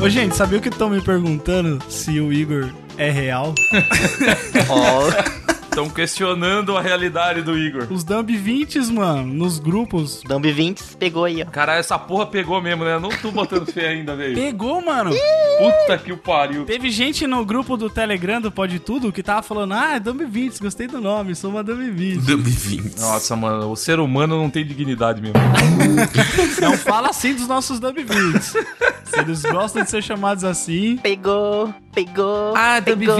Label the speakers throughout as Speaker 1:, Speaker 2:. Speaker 1: Ô, gente, sabia que estão me perguntando se o Igor é real?
Speaker 2: Estão questionando a realidade do Igor.
Speaker 1: Os Dumb 20s, mano, nos grupos.
Speaker 3: Dumb 20 pegou aí, ó.
Speaker 2: Caralho, essa porra pegou mesmo, né? Não tô botando fé ainda, velho.
Speaker 1: Pegou, mano.
Speaker 2: Puta que o pariu.
Speaker 1: Teve gente no grupo do Telegram do Pode Tudo que tava falando: Ah, é Dumb 20s, gostei do nome, sou uma Dumb 20.
Speaker 4: Dumb 20.
Speaker 2: Nossa, mano, o ser humano não tem dignidade mesmo.
Speaker 1: Não fala assim dos nossos Dumb 20s. Se eles gostam de ser chamados assim.
Speaker 3: Pegou, pegou.
Speaker 2: Ah,
Speaker 3: pegou.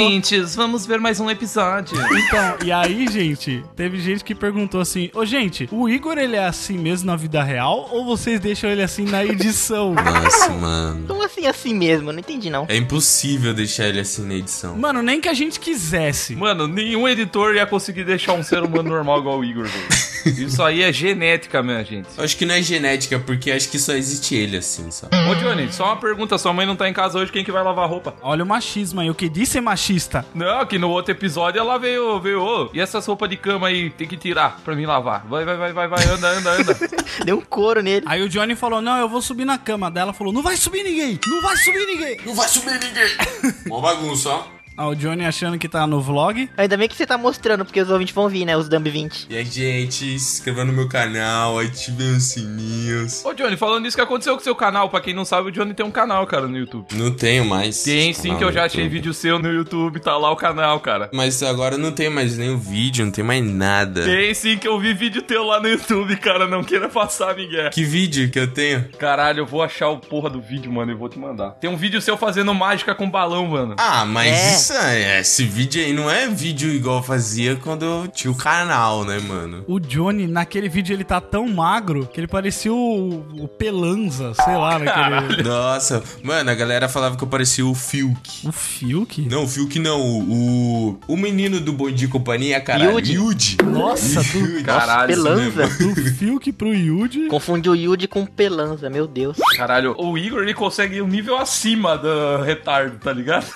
Speaker 2: vamos ver mais um episódio.
Speaker 1: Então, e aí, gente, teve gente que perguntou assim: Ô, gente, o Igor ele é assim mesmo na vida real ou vocês deixam ele assim na edição?
Speaker 4: Nossa, mano.
Speaker 3: Como assim, assim mesmo? Eu Não entendi, não.
Speaker 4: É impossível deixar ele assim na edição.
Speaker 1: Mano, nem que a gente quisesse.
Speaker 2: Mano, nenhum editor ia conseguir deixar um ser humano normal igual o Igor, velho. Isso aí é genética, minha gente.
Speaker 4: Eu acho que não é genética, porque acho que só existe ele assim, sabe?
Speaker 2: Ô, Johnny, só uma pergunta. Sua mãe não tá em casa hoje, quem que vai lavar a roupa?
Speaker 1: Olha o machismo aí, eu queria ser machista.
Speaker 2: Não, que no outro episódio ela veio, veio, ô, e essas roupas de cama aí, tem que tirar pra mim lavar. Vai, vai, vai, vai, vai, anda, anda, anda.
Speaker 3: Deu um couro nele.
Speaker 1: Aí o Johnny falou: Não, eu vou subir na cama dela. Falou: Não vai subir ninguém, não vai subir ninguém.
Speaker 4: Não vai subir ninguém. Mó bagunça, ó.
Speaker 1: Ah, o Johnny achando que tá no vlog.
Speaker 3: Ainda bem que você tá mostrando, porque os ouvintes vão vir, né? Os Dumb 20.
Speaker 4: E aí, gente, se inscreva no meu canal, ativem os sininhos.
Speaker 2: Ô, Johnny, falando isso, o que aconteceu com o seu canal? Pra quem não sabe, o Johnny tem um canal, cara, no YouTube.
Speaker 4: Não tenho mais.
Speaker 2: Tem sim,
Speaker 4: canal
Speaker 2: que eu
Speaker 4: no
Speaker 2: já achei
Speaker 4: YouTube.
Speaker 2: vídeo seu no YouTube, tá lá o canal, cara.
Speaker 4: Mas agora não tem mais nenhum vídeo, não tem mais nada.
Speaker 2: Tem sim que eu vi vídeo teu lá no YouTube, cara, não queira passar, Miguel.
Speaker 4: Que vídeo que eu tenho?
Speaker 2: Caralho, eu vou achar o porra do vídeo, mano, eu vou te mandar. Tem um vídeo seu fazendo mágica com balão, mano.
Speaker 4: Ah, mas
Speaker 3: É.
Speaker 4: isso é, esse vídeo aí não é vídeo igual eu fazia quando eu tinha o canal, né, mano?
Speaker 1: O Johnny, naquele vídeo, ele tá tão magro que ele parecia o, o Pelanza, sei lá, naquele.
Speaker 4: Nossa, mano, a galera falava que eu parecia o Fiuk.
Speaker 1: O Fiuk?
Speaker 4: Não, o Fiuk não, o, o, o menino do Bom Dia e Companhia, caralho.
Speaker 3: Yudi.
Speaker 4: Yudi.
Speaker 1: Nossa, do,
Speaker 4: Yudi.
Speaker 2: Caralho, isso mesmo.
Speaker 3: Pelanza.
Speaker 1: do Fiuk pro Yudi.
Speaker 3: Confundiu o Yudi com Pelanza, meu Deus.
Speaker 2: Caralho, o Igor ele consegue um nível acima do retardo, tá ligado?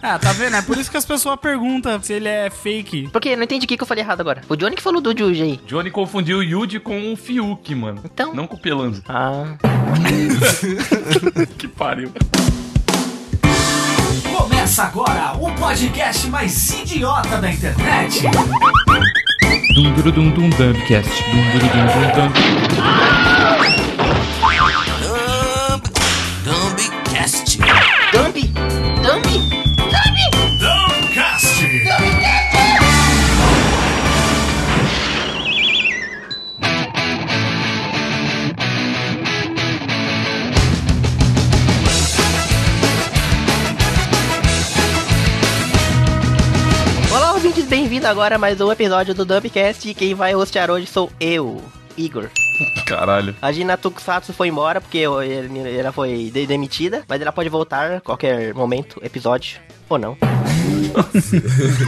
Speaker 1: Ah, tá vendo? É por isso que as pessoas perguntam se ele é fake.
Speaker 3: Por quê? Não entendi o que, que eu falei errado agora. O Johnny que falou do Juju aí.
Speaker 2: Johnny confundiu o Yuji com o Fiuk, mano.
Speaker 3: Então.
Speaker 2: Não com o Pelanza.
Speaker 3: Ah.
Speaker 2: Que pariu.
Speaker 5: Começa agora o podcast mais idiota da internet.
Speaker 2: Dum dum dum dum dumbcast. Dum dum dum dum dum.
Speaker 4: Dumbcast.
Speaker 3: Dump! Dump!
Speaker 5: Dumbcast.
Speaker 3: Olá, ouvintes, bem-vindo agora a mais um episódio do Dumpcast. E quem vai hostear hoje sou eu, Igor.
Speaker 2: Caralho.
Speaker 3: A Gina Tuxatsu foi embora porque eu- ele- ela foi de- demitida, mas ela pode voltar a qualquer momento, episódio ou não.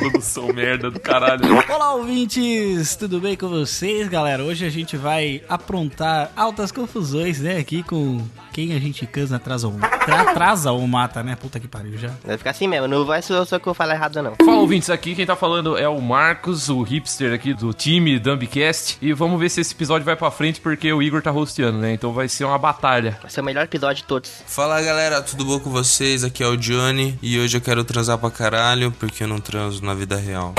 Speaker 2: Produção merda do caralho.
Speaker 1: Olá, ouvintes! Tudo bem com vocês, galera? Hoje a gente vai aprontar altas confusões, né? Aqui com quem a gente cansa atrasa ou, tra- atrasa ou mata, né? Puta que pariu já.
Speaker 3: Vai ficar assim mesmo, não vai ser eu só que eu falar errado, não.
Speaker 2: Fala ouvintes, aqui quem tá falando é o Marcos, o hipster aqui do time Dumbcast. E vamos ver se esse episódio vai pra frente porque o Igor tá hosteando, né? Então vai ser uma batalha.
Speaker 3: Vai ser o melhor episódio de todos.
Speaker 4: Fala galera, tudo bom com vocês? Aqui é o Johnny e hoje eu quero transar pra caralho porque eu não transo na vida real.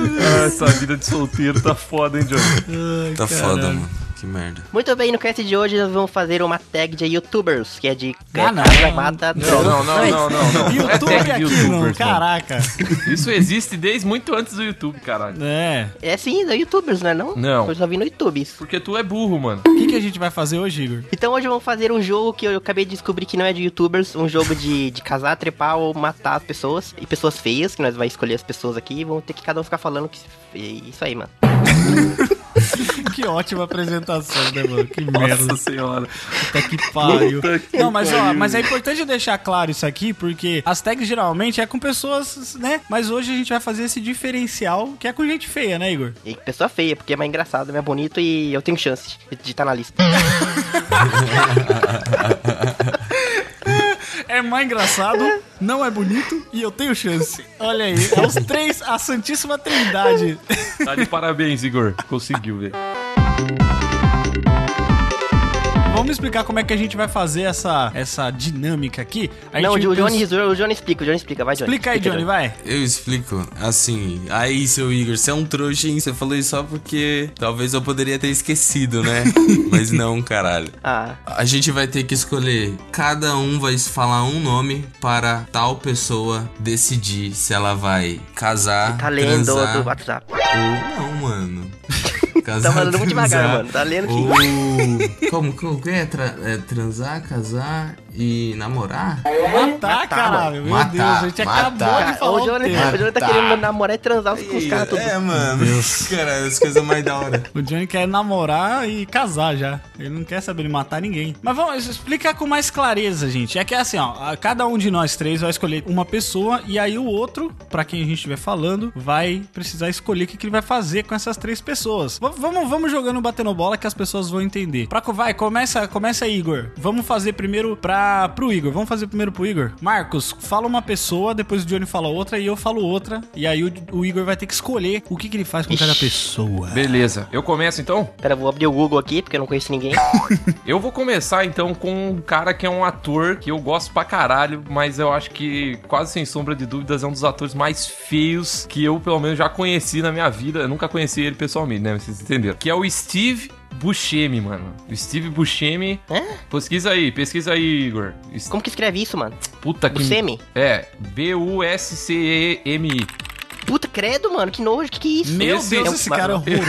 Speaker 2: Ah, essa vida de solteiro tá foda, hein, Johnny?
Speaker 4: Tá foda, mano. Que merda.
Speaker 3: Muito bem, no cast de hoje nós vamos fazer uma tag de youtubers, que é de
Speaker 1: Ah, não.
Speaker 3: casa, mata,
Speaker 2: Não, não, não, não, não. não. É
Speaker 1: YouTube
Speaker 2: tag
Speaker 1: aqui,
Speaker 2: de
Speaker 1: não,
Speaker 2: youtubers, né? mano.
Speaker 1: caraca.
Speaker 2: Isso existe desde muito antes do YouTube, caralho.
Speaker 1: É.
Speaker 3: É sim, é youtubers, não é não?
Speaker 2: Não.
Speaker 3: Eu só vi no YouTube isso.
Speaker 2: Porque tu é burro, mano.
Speaker 1: O que, que a gente vai fazer hoje, Igor?
Speaker 3: Então hoje vamos fazer um jogo que eu acabei de descobrir que não é de youtubers, um jogo de, de casar, trepar ou matar as pessoas, e pessoas feias, que nós vamos escolher as pessoas aqui, e vão ter que cada um ficar falando que... É isso aí, mano.
Speaker 1: Que ótima apresentação, né, mano? Que merda.
Speaker 2: senhora.
Speaker 1: Puta que pariu.
Speaker 2: Puta que
Speaker 1: Não, mas, ó,
Speaker 2: pariu.
Speaker 1: mas é importante deixar claro isso aqui, porque as tags geralmente é com pessoas, né? Mas hoje a gente vai fazer esse diferencial que é com gente feia, né, Igor?
Speaker 3: E pessoa feia, porque é mais engraçado, é mais bonito e eu tenho chance de estar na lista.
Speaker 1: É mais engraçado, não é bonito e eu tenho chance. Olha aí, é os três, a Santíssima Trindade.
Speaker 2: Tá de parabéns, Igor. Conseguiu, velho.
Speaker 1: vamos explicar como é que a gente vai fazer essa, essa dinâmica aqui. A
Speaker 3: Não, o
Speaker 1: gente
Speaker 3: Johnny,
Speaker 1: pensa-
Speaker 3: o Johnny explica, o Johnny explica, vai, Johnny.
Speaker 1: Explica aí, Johnny, vai.
Speaker 4: Eu explico. Assim, aí, seu Igor, você é um trouxa, hein? Você falou isso só porque talvez eu poderia ter esquecido, né? Mas não, caralho.
Speaker 3: Ah,
Speaker 4: A gente vai ter que escolher. Cada um vai falar um nome para tal pessoa decidir se ela vai casar,
Speaker 3: tá lendo
Speaker 4: transar,
Speaker 3: do WhatsApp.
Speaker 4: ou não, mano.
Speaker 3: Tá
Speaker 4: Casar,
Speaker 3: falando muito
Speaker 4: transar,
Speaker 3: devagar, mano. Tá lendo aqui.
Speaker 4: Ou... Como, como que é? Tra- é? Transar, casar e namorar?
Speaker 1: Matar, caralho. Meu
Speaker 4: Matar,
Speaker 1: Deus, a gente
Speaker 4: matar.
Speaker 1: acabou de
Speaker 3: Cara,
Speaker 1: falar
Speaker 3: o
Speaker 1: o
Speaker 3: Johnny,
Speaker 1: tema.
Speaker 3: o Johnny tá querendo namorar e transar com os caras todos.
Speaker 4: É, mano. Cara, as coisas mais da hora.
Speaker 1: O Johnny quer namorar e casar já. Ele não quer saber de matar ninguém. Mas vamos explicar com mais clareza, gente. É que é assim, ó, a- cada um de nós três vai escolher uma pessoa e aí o outro, pra quem a gente estiver falando, vai precisar escolher o que, que ele vai fazer com essas três pessoas. V- vamos, vamos jogando batendo bola que as pessoas vão entender. Pra, co- vai, começa, começa aí, Igor. Vamos fazer primeiro pra, pro Igor. Vamos fazer primeiro pro Igor. Marcos, fala uma pessoa, depois o Johnny fala outra e eu falo outra. E aí o, o Igor vai ter que escolher o que, que ele faz com cada pessoa.
Speaker 2: Beleza. Eu começo então?
Speaker 3: Pera, vou abrir o Google aqui, porque eu não conheço ninguém.
Speaker 2: Eu vou começar então com um cara que é um ator que eu gosto pra caralho, mas eu acho que quase sem sombra de dúvidas é um dos atores mais feios que eu pelo menos já conheci na minha vida. Eu nunca conheci ele pessoalmente, né? Vocês entenderam? Que é o Steve Buscemi, mano. O Steve Buscemi.
Speaker 3: Hã?
Speaker 2: Pesquisa aí, pesquisa aí, Igor. Es-
Speaker 3: Como que escreve isso, mano?
Speaker 2: Puta que.
Speaker 3: Buscemi?
Speaker 2: É, B-U-S-C-E-M-I.
Speaker 3: Puta, credo, mano, que nojo, que que é isso?
Speaker 1: Meu
Speaker 2: Esse-
Speaker 1: Deus,
Speaker 2: eu-
Speaker 1: esse cara é horroroso.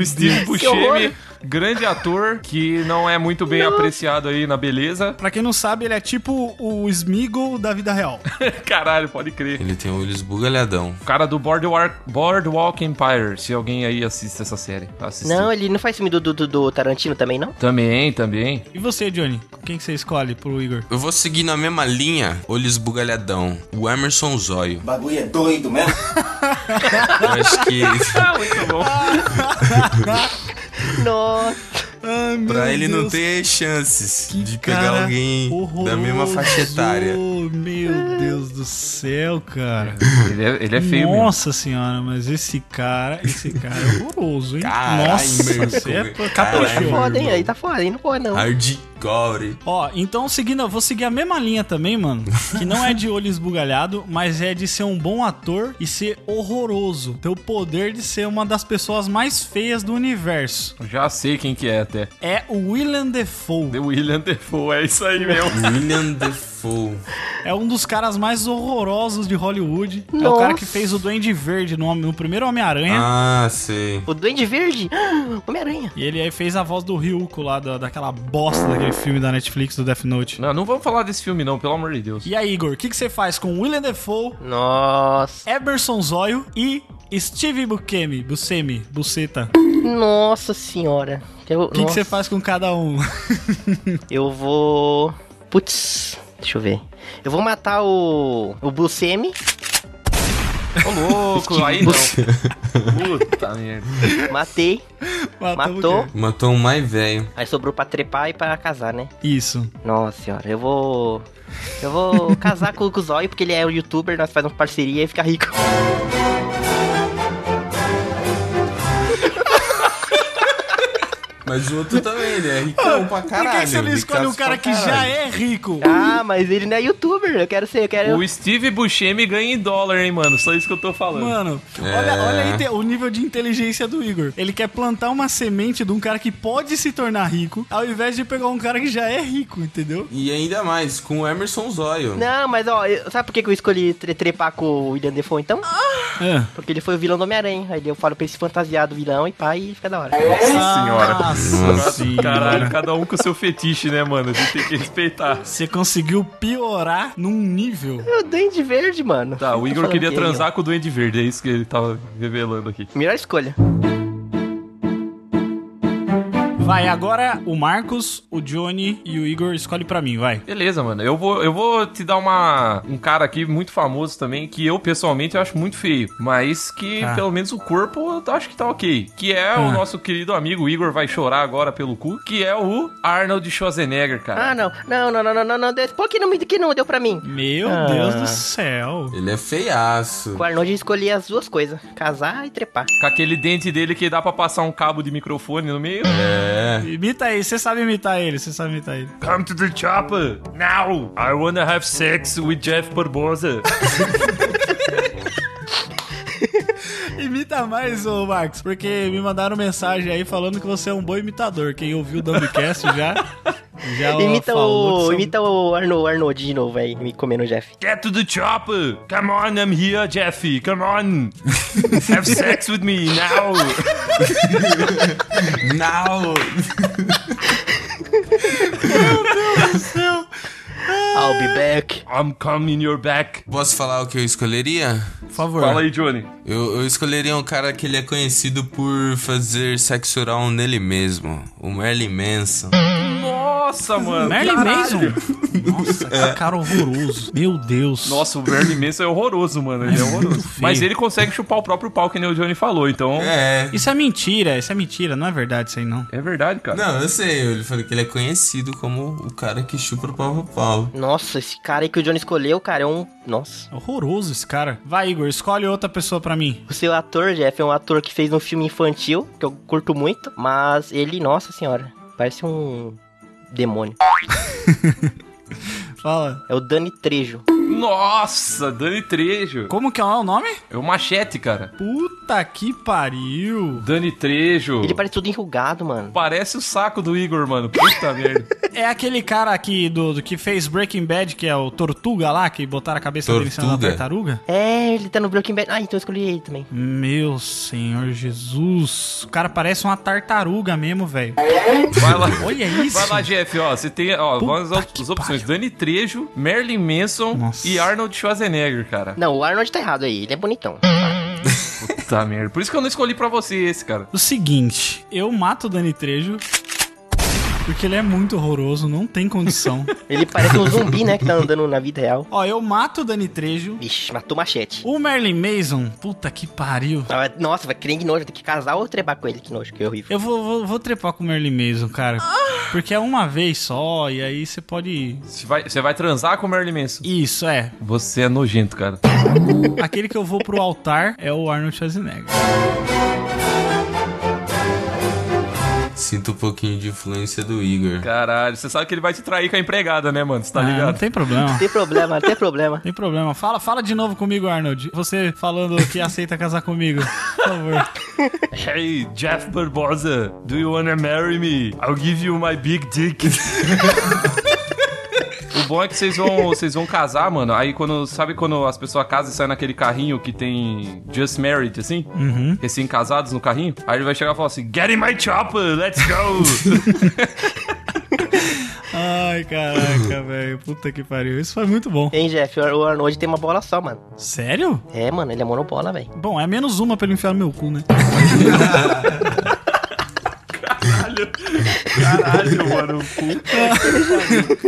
Speaker 2: O Steve
Speaker 3: horror.
Speaker 2: Buscemi, grande ator que não é muito bem apreciado aí na beleza.
Speaker 1: pra quem não sabe, ele é tipo o Smeagol da vida real.
Speaker 2: Caralho, pode crer.
Speaker 4: Ele tem um olho esbugalhadão.
Speaker 2: O cara do Boardwalk, Boardwalk Empire, se alguém aí assiste essa série.
Speaker 1: é
Speaker 2: tá
Speaker 1: um
Speaker 2: Assistiu.
Speaker 3: Não, ele não faz filme do, do, do- do Tarantino também, não?
Speaker 2: Também, também.
Speaker 1: E você, Johnny? Quem que você escolhe pro Igor?
Speaker 4: Eu vou seguir na mesma linha, olho esbugalhadão. O Emerson Zóio.
Speaker 5: O bagulho é doido mesmo.
Speaker 4: Eu acho que
Speaker 2: Ah, muito bom.
Speaker 3: Nossa,
Speaker 1: Ah, meu
Speaker 4: pra ele não
Speaker 1: Deus,
Speaker 4: ter chances
Speaker 1: que
Speaker 4: de pegar
Speaker 1: cara
Speaker 4: alguém da mesma faixa etária.
Speaker 1: horroroso. Meu Deus do céu, cara.
Speaker 2: Ele é, ele é feio mesmo.
Speaker 1: Nossa senhora, mas esse cara, esse cara é horroroso, hein?
Speaker 4: Caralho,
Speaker 1: Nossa,
Speaker 4: meu
Speaker 1: você é
Speaker 4: Deus.
Speaker 3: tá
Speaker 4: Caralho.
Speaker 1: caprichou.
Speaker 3: foda, hein? Aí tá foda, aí não pode, não.
Speaker 4: Hardcore.
Speaker 1: Ó, então seguindo, eu vou seguir a mesma linha também, mano. Que não é de olho esbugalhado, mas é de ser um bom ator e ser horroroso. Ter o poder de ser uma das pessoas mais feias do universo.
Speaker 2: Já sei quem que é até.
Speaker 1: É o Willem Dafoe.
Speaker 2: The William Defoe, é isso aí mesmo.
Speaker 4: William Defoe.
Speaker 1: É um dos caras mais horrorosos de Hollywood. É o
Speaker 3: Nossa.
Speaker 1: cara que fez o Duende Verde no, Homem- no primeiro Homem-Aranha.
Speaker 4: Ah, sei.
Speaker 3: O Duende Verde? Homem-Aranha.
Speaker 1: E ele aí fez a voz do Ryuko lá, da- daquela bosta daquele filme da Netflix do Death Note.
Speaker 2: Não, não vamos falar desse filme não, pelo amor de Deus.
Speaker 1: E aí, Igor, o que, que você faz com Willem Dafoe,
Speaker 3: Nossa.
Speaker 1: Eberson Zóio e Steve Buscemi? Buscemi, Buceta.
Speaker 3: Nossa senhora. Eu,
Speaker 1: O que que
Speaker 3: nossa.
Speaker 1: você faz com cada um?
Speaker 3: Eu vou. Putz, deixa eu ver. Eu vou matar o. O Buscemi.
Speaker 2: Ô louco, aí não. Puta merda.
Speaker 3: Matei.
Speaker 1: Matamos
Speaker 3: Matou.
Speaker 1: quem?
Speaker 4: Matou um mais velho.
Speaker 3: Aí sobrou pra trepar e pra casar, né?
Speaker 1: Isso.
Speaker 3: Nossa senhora, eu vou. Eu vou casar com, com o Zóio, porque ele é um youtuber, nós fazemos parceria e fica rico.
Speaker 4: Mas o outro também, ele é ricão pra caralho.
Speaker 1: Ah, Por que, que você não escolhe
Speaker 4: ricaço
Speaker 1: um cara
Speaker 4: pra
Speaker 1: que já
Speaker 4: caralho.
Speaker 1: é rico?
Speaker 3: Ah, mas ele não é youtuber, eu quero ser, eu
Speaker 1: É,
Speaker 3: quero.
Speaker 2: O Steve Buscemi ganha em dólar, hein, mano. Só isso que eu tô falando.
Speaker 1: Mano,
Speaker 4: É.
Speaker 1: olha, olha a inte- o nível de inteligência do Igor. Ele quer plantar uma semente de um cara que pode se tornar rico, ao invés de pegar um cara que já é rico, entendeu?
Speaker 4: E ainda mais, com o Emerson Zóio.
Speaker 3: Não, mas ó, eu- sabe por que que eu escolhi tre- trepar com o William Defoe então?
Speaker 2: É.
Speaker 3: Porque ele foi o vilão do Homem-Aranha. Aí eu falo pra ele se fantasiar do vilão e pá, e fica da hora.
Speaker 2: senhora.
Speaker 1: Nossa senhora.
Speaker 2: Caralho, cada um com seu fetiche, né, mano? A gente tem que respeitar.
Speaker 1: Você conseguiu piorar num nível.
Speaker 3: É o Duende Verde, mano.
Speaker 2: Tá, o
Speaker 3: Tô
Speaker 2: Igor
Speaker 3: falando
Speaker 2: queria
Speaker 3: que ele, ó.
Speaker 2: transar com o Duende Verde, é isso que ele tava revelando aqui.
Speaker 3: Melhor escolha.
Speaker 1: Vai, agora o Marcos, o Johnny e o Igor escolhe pra mim, vai.
Speaker 2: Beleza, mano. Eu vou, eu vou te dar uma, um cara aqui muito famoso também, que eu pessoalmente acho muito feio, mas que
Speaker 1: Tá.
Speaker 2: pelo menos o corpo eu acho que tá ok. Que é
Speaker 1: Ah.
Speaker 2: o nosso querido amigo Igor vai chorar agora pelo cu, que é o Arnold Schwarzenegger, cara.
Speaker 3: Ah, não. Não, não, não, não, não, não. Deus, Pô, que não, me- que não deu pra mim?
Speaker 1: Meu
Speaker 3: Ah.
Speaker 1: Deus do céu.
Speaker 4: Ele é feiaço.
Speaker 3: Com o Arnold eu escolhi as duas coisas: casar e trepar.
Speaker 2: Com aquele dente dele que dá pra passar um cabo de microfone no meio.
Speaker 4: É.
Speaker 1: Imita ele, você sabe imitar ele, você sabe imitar ele.
Speaker 2: Come to the chopper, now! I wanna have sex with Jeff Barbosa.
Speaker 1: Imita mais, ô Max, porque me mandaram mensagem aí falando que você é um bom imitador. Quem ouviu o Dumbcast já. já
Speaker 3: Imita
Speaker 1: falou que
Speaker 3: o,
Speaker 1: você é um-
Speaker 3: imita o Arnold, Arnold de novo, aí, me comendo o Jeff.
Speaker 2: Get to the chopper! Come on, I'm here, Jeffy, come on! have sex with me, now!
Speaker 4: Now!
Speaker 3: I'll be back.
Speaker 2: I'm coming your back.
Speaker 4: Posso falar o que eu escolheria?
Speaker 1: Por favor.
Speaker 2: Fala aí, Johnny.
Speaker 4: Eu, eu escolheria um cara que ele é conhecido por fazer sexo oral nele mesmo. O Merlin Manson.
Speaker 2: Nossa, mano.
Speaker 1: Merlin
Speaker 2: caralho.
Speaker 1: Mason? é Nossa, que cara horroroso. Meu Deus.
Speaker 2: É. Nossa, o Merlin Manson é horroroso, mano. Ele é horroroso.
Speaker 1: feio.
Speaker 2: Mas ele consegue chupar o próprio pau, que nem o Johnny falou, então. É,
Speaker 4: É.
Speaker 1: Isso é mentira, isso é mentira, não é verdade isso aí não.
Speaker 2: verdade, cara.
Speaker 4: Não, eu sei. Ele falou que ele é conhecido como o cara que chupa o pau pro pau.
Speaker 3: Nossa, esse cara aí que o Johnny escolheu, cara, é um. Nossa.
Speaker 1: É horroroso esse cara. Vai, Igor, escolhe outra pessoa pra mim.
Speaker 3: O seu ator, Jeff, é um ator que fez um filme infantil, que eu curto muito, mas ele, nossa senhora, parece um demônio.
Speaker 1: Fala.
Speaker 3: É o Dani Trejo.
Speaker 2: Hum. Nossa, Dani Trejo.
Speaker 1: Como que é o nome?
Speaker 2: É o machete, cara.
Speaker 1: Puta que pariu.
Speaker 2: Dani Trejo.
Speaker 3: Ele parece tudo enrugado, mano.
Speaker 2: Parece o saco do Igor, mano. Puta merda.
Speaker 1: É aquele cara aqui do, do que fez Breaking Bad, que é o Tortuga lá, que botaram a cabeça dele em cima da
Speaker 4: Tortuga?
Speaker 1: tartaruga?
Speaker 3: É, ele tá no Breaking Bad. Ah, então eu escolhi ele também.
Speaker 1: Meu senhor Jesus. O cara parece uma tartaruga mesmo, velho.
Speaker 2: Vai lá.
Speaker 1: Olha isso.
Speaker 2: Vai lá, Jeff, ó. Você tem, ó,
Speaker 1: Puta
Speaker 2: vamos às
Speaker 1: que
Speaker 2: as opções. Dani Trejo, Merlin Manson
Speaker 1: Nossa.
Speaker 2: e Arnold Schwarzenegger, cara.
Speaker 3: Não, o Arnold tá errado aí, ele é bonitão.
Speaker 2: Puta merda. Por isso que eu não escolhi pra você esse, cara.
Speaker 1: O seguinte, eu mato o Dani Trejo porque ele é muito horroroso, não tem condição.
Speaker 3: Ele parece um zumbi, né, que tá andando na vida real.
Speaker 1: Ó, eu mato o Dani Trejo.
Speaker 3: Ixi, matou machete.
Speaker 1: O Merlin Mason, puta que pariu.
Speaker 3: Ah, vai- Nossa, vai querer que nojo, tem que casar ou trepar com ele, que nojo, que é horrível.
Speaker 1: Eu vou, vou, vou trepar com o Merlin Mason, cara. Porque é uma vez só, e aí você pode.
Speaker 2: Você vai, você vai transar com o Merlin Manson.
Speaker 1: Isso, é.
Speaker 2: Você é nojento, cara.
Speaker 1: Aquele que eu vou pro altar é o Arnold Schwarzenegger.
Speaker 4: Sinto um pouquinho de influência do Igor.
Speaker 2: Caralho, você sabe que ele vai te trair com a empregada, né, mano? Você tá
Speaker 1: Ah, não
Speaker 2: ligado?
Speaker 1: tem problema.
Speaker 3: Tem problema, não tem problema.
Speaker 1: Tem problema. Fala, fala de novo comigo, Arnold. Você falando que aceita casar comigo. Por favor.
Speaker 2: Hey, Jeff Barbosa, do you wanna marry me? I'll give you my big dick. O bom é que vocês vão, vocês vão casar, mano. Aí quando. Sabe quando as pessoas casam e saem naquele carrinho que tem Just Married, assim? Uhum. Recém-casados no carrinho? Aí ele vai chegar e falar assim: Get in my chopper, let's go!
Speaker 1: Ai, caraca, velho. Puta que pariu. Isso foi muito bom.
Speaker 3: Hein, Jeff, o Arnold tem uma bola só, mano.
Speaker 1: Sério?
Speaker 3: É, mano, ele é monobola, velho.
Speaker 1: Bom, é menos uma pra ele enfiar no meu cu, né?
Speaker 2: Caralho, mano. puta.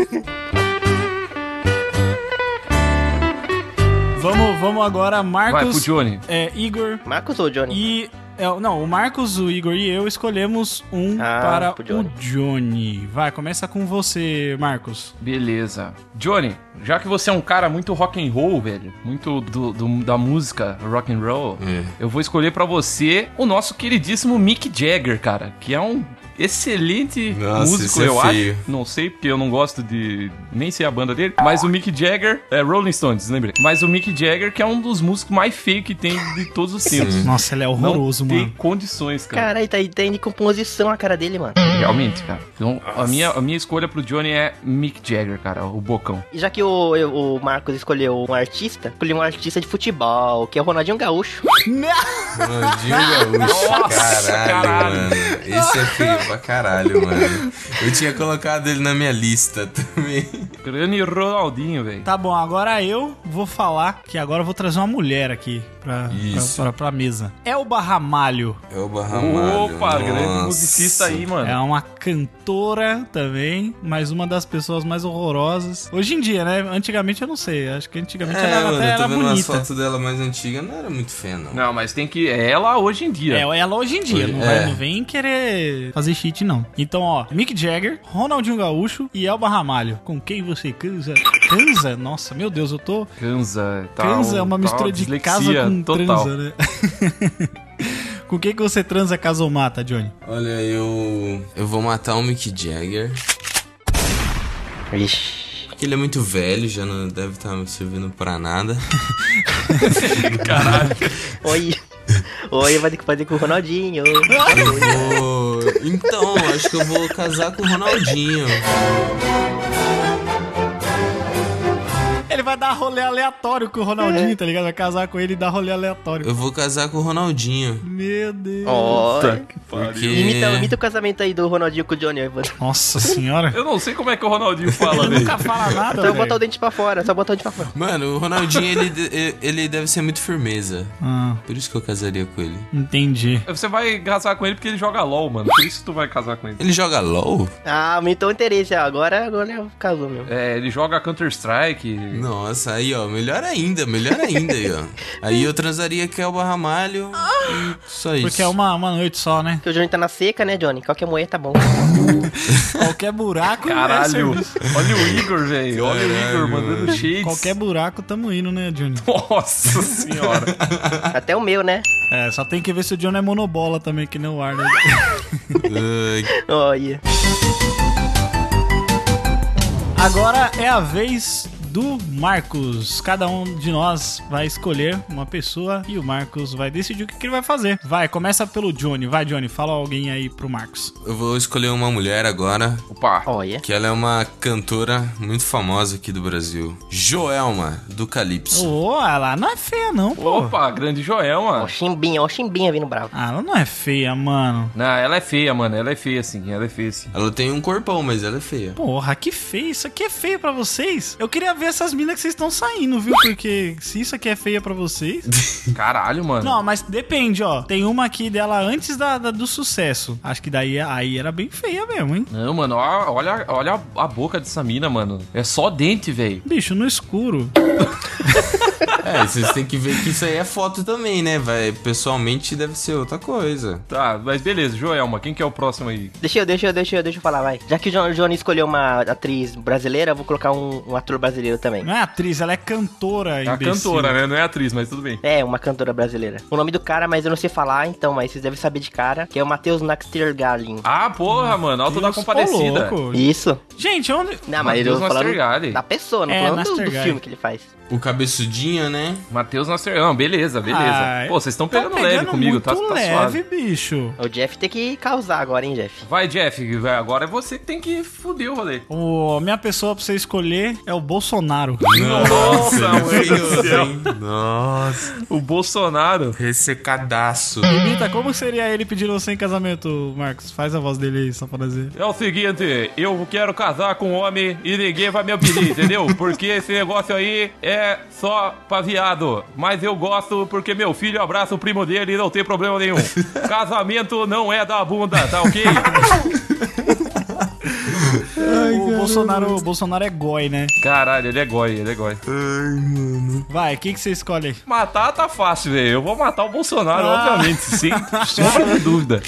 Speaker 1: Vamos, vamos agora,
Speaker 2: Vai pro
Speaker 1: Marcos,
Speaker 2: Johnny.
Speaker 1: é, Igor
Speaker 3: Marcos ou Johnny?
Speaker 1: e. é, não, o Marcos, o Igor e eu escolhemos um
Speaker 3: Ah,
Speaker 1: para
Speaker 3: pro Johnny.
Speaker 1: o Johnny. Vai, começa com você, Marcos.
Speaker 2: Beleza. Johnny, já que você é um cara muito rock and roll, velho, muito do, do- da música rock and roll,
Speaker 4: É.
Speaker 2: eu vou escolher pra você o nosso queridíssimo Mick Jagger, cara, que é um excelente
Speaker 4: Nossa,
Speaker 2: músico,
Speaker 4: esse é
Speaker 2: eu
Speaker 4: feio.
Speaker 2: acho. Não sei porque eu não gosto de nem sei a banda dele, mas o Mick Jagger é Rolling Stones, lembrei. Mas o Mick Jagger que é um dos músicos mais feios que tem de todos os tempos.
Speaker 1: Nossa, ele é
Speaker 2: Não
Speaker 1: horroroso,
Speaker 2: tem
Speaker 1: mano.
Speaker 2: condições, cara.
Speaker 3: Cara, ele tá entende composição a cara dele, mano.
Speaker 2: Realmente, cara. Então, a minha, a minha escolha pro Johnny é Mick Jagger, cara, o bocão.
Speaker 3: E já que o, eu- o Marcos escolheu um artista, escolhi um artista de futebol, que é o Ronaldinho Gaúcho.
Speaker 4: Ronaldinho Gaúcho.
Speaker 2: Nossa,
Speaker 4: caralho,
Speaker 2: caralho.
Speaker 4: mano. Esse é feio pra caralho, mano. Eu tinha colocado ele na minha lista também.
Speaker 2: Grande Ronaldinho, velho.
Speaker 1: Tá bom, agora eu vou falar que agora eu vou trazer uma mulher aqui pra,
Speaker 4: Isso.
Speaker 1: pra, pra, pra mesa. É o Barramalho.
Speaker 4: É o Barramalho.
Speaker 2: Opa, grande
Speaker 4: nossa.
Speaker 2: musicista aí, mano.
Speaker 1: É uma cantora também, mas uma das pessoas mais horrorosas. Hoje em dia, né? Antigamente eu não sei. Acho que antigamente
Speaker 4: É,
Speaker 1: ela até
Speaker 4: mano, eu tô
Speaker 1: era
Speaker 4: vendo umas
Speaker 1: bonita.
Speaker 4: fotos dela mais antigas, não era muito feia, não.
Speaker 2: Não, mas tem que. É ela hoje em dia.
Speaker 1: É, ela hoje em dia, não, vai-
Speaker 4: É.
Speaker 1: não vem querer fazer cheat, não. Então, ó, Mick Jagger, Ronaldinho Gaúcho e Elba Ramalho. Com quem você cansa? Cansa? Nossa, meu Deus, eu tô.
Speaker 2: Cansa, tá.
Speaker 1: Cansa é
Speaker 2: um-
Speaker 1: uma
Speaker 2: tá
Speaker 1: mistura de né?
Speaker 2: dislexia
Speaker 1: casa com
Speaker 2: total.
Speaker 1: transa, né? Com quem que você transa, casa ou mata, Johnny?
Speaker 4: Olha, eu. Eu vou matar o Mick Jagger.
Speaker 3: Ixi.
Speaker 4: Porque ele é muito velho, já não deve estar me servindo pra nada.
Speaker 3: Oi. Oi, vai ter que fazer com o Ronaldinho.
Speaker 4: Eu vou- Então, acho que eu vou casar com o Ronaldinho.
Speaker 1: Ele vai dar rolê aleatório com o
Speaker 3: É.
Speaker 1: Ronaldinho, tá ligado? Vai casar com ele e dar rolê aleatório.
Speaker 4: Eu vou casar com o Ronaldinho.
Speaker 1: Meu Deus.
Speaker 3: Ó.
Speaker 4: Porque...
Speaker 3: Imita, imita o casamento aí do Ronaldinho com o Johnny. Evans.
Speaker 1: Nossa senhora.
Speaker 2: Eu não sei como é que o Ronaldinho fala, velho.
Speaker 1: Nunca fala nada, velho.
Speaker 3: Só Então botar o dente pra fora, só botar o dente pra fora.
Speaker 4: Mano, o Ronaldinho, ele, de- ele deve ser muito firmeza.
Speaker 1: Ah,
Speaker 4: Por isso que eu casaria com ele.
Speaker 1: entendi.
Speaker 2: Você vai casar com ele porque ele joga LOL, mano. Por isso que tu vai casar com ele.
Speaker 4: Ele joga LOL?
Speaker 3: Ah, aumentou o interesse. ah, Agora, agora casou mesmo.
Speaker 2: É, ele joga
Speaker 1: Hum,
Speaker 2: Counter-Strike.
Speaker 4: Nossa, aí ó, melhor ainda, melhor ainda aí ó. Aí eu transaria que é o Barramalho e só isso.
Speaker 1: Porque é uma, uma noite só, né?
Speaker 3: Porque o Johnny tá na seca, né, Johnny? Qualquer moeda tá bom.
Speaker 1: Qualquer buraco. é
Speaker 2: Caralho,
Speaker 1: serviço.
Speaker 2: olha o Igor, velho. Olha o Igor
Speaker 4: Caralho,
Speaker 2: mandando
Speaker 4: mano.
Speaker 2: shades.
Speaker 1: Qualquer buraco, tamo indo, né, Johnny?
Speaker 2: Nossa senhora.
Speaker 3: Até o meu, né?
Speaker 1: É, só tem que ver se o Johnny é monobola também, que nem o Arnold.
Speaker 4: Ai,
Speaker 3: Olha.
Speaker 1: Agora é a vez do Marcos. Cada um de nós vai escolher uma pessoa e o Marcos vai decidir o que, que ele vai fazer. Vai, começa pelo Johnny. Vai, Johnny, fala alguém aí pro Marcos.
Speaker 4: eu vou escolher uma mulher agora,
Speaker 2: Opa.
Speaker 3: Olha.
Speaker 4: que ela é uma cantora muito famosa aqui do Brasil. Joelma, do Calypso.
Speaker 1: Ô, ela não é feia, não, pô.
Speaker 2: Opa, grande Joelma.
Speaker 3: Ó, o Chimbinha, ó, o Chimbinha vindo bravo.
Speaker 1: Ah, ela não é feia, mano.
Speaker 2: Não, ela é feia, mano. Ela é feia, assim. Ela é feia, assim.
Speaker 4: Ela tem um corpão, mas ela é feia.
Speaker 1: Porra, que feio. Isso aqui é feio pra vocês? Eu queria ver essas minas que vocês estão saindo, viu? Porque se isso aqui é feia pra vocês.
Speaker 2: Caralho, mano.
Speaker 1: Não, mas depende, ó. Tem uma aqui dela antes da, da- do sucesso. Acho que daí aí era bem feia mesmo, hein?
Speaker 2: Não, mano, ó- olha, olha a- a boca dessa mina, mano. É só dente, velho.
Speaker 1: Bicho, no escuro.
Speaker 4: É, vocês têm que ver que isso aí é foto também, né? Vai, pessoalmente deve ser outra coisa.
Speaker 2: Tá, mas beleza, Joelma, quem que é o próximo aí?
Speaker 3: Deixa eu, deixa eu, deixa eu, deixa eu falar, vai. Já que o John- o Johnny escolheu uma atriz brasileira, eu vou colocar um, um ator brasileiro também.
Speaker 1: Não é atriz, ela é cantora.
Speaker 2: É a
Speaker 1: imbecil.
Speaker 2: cantora, né? Não é atriz, mas tudo bem.
Speaker 3: É, uma cantora brasileira. O nome do cara, mas eu não sei falar, então, mas vocês devem saber de cara, que é o Matheus Naxtergalin.
Speaker 2: Ah, porra, mano, alto da
Speaker 1: Deus,
Speaker 2: comparecida.
Speaker 1: ô, louco.
Speaker 3: Isso?
Speaker 1: Gente, onde.
Speaker 3: Não, mas eu
Speaker 2: Matheus
Speaker 3: tô falando
Speaker 2: Nastergalli.
Speaker 3: da pessoa, não
Speaker 1: É,
Speaker 3: tô falando do- do,
Speaker 1: Nastergalli.
Speaker 3: filme que ele faz.
Speaker 4: O cabeçudinho, né?
Speaker 2: Matheus Nasser. Não, beleza, beleza.
Speaker 1: Ai,
Speaker 2: Pô, vocês estão pegando,
Speaker 1: Ah, tão
Speaker 2: leve comigo,
Speaker 1: muito
Speaker 2: tá, tá
Speaker 1: leve,
Speaker 2: suave.
Speaker 1: bicho.
Speaker 3: O Jeff tem que causar agora, hein, Jeff?
Speaker 2: Vai, Jeff, vai, agora é você que tem que fuder o rolê.
Speaker 1: O, minha pessoa pra você escolher é o Bolsonaro.
Speaker 2: Nossa, mano.
Speaker 4: ele é
Speaker 2: do
Speaker 4: feio,
Speaker 2: céu.
Speaker 4: hein? Nossa,
Speaker 2: O Bolsonaro.
Speaker 4: ressecadaço.
Speaker 1: Mita, como seria ele pedindo você em casamento, Marcos? Faz a voz dele aí, só pra dizer.
Speaker 2: É o seguinte, eu quero casar com um homem e ninguém vai me pedir, entendeu? Porque esse negócio aí é só pra viado. Mas eu gosto porque meu filho abraça o primo dele e não tem problema nenhum. Casamento não é da bunda, tá ok?
Speaker 1: o, Bolsonaro, o Bolsonaro é goi, né?
Speaker 2: Caralho, ele é goi, ele é goi.
Speaker 1: Vai, o que, que você escolhe aí?
Speaker 2: Matar tá fácil, velho. Eu vou matar o Bolsonaro, obviamente, sem sombra de dúvida.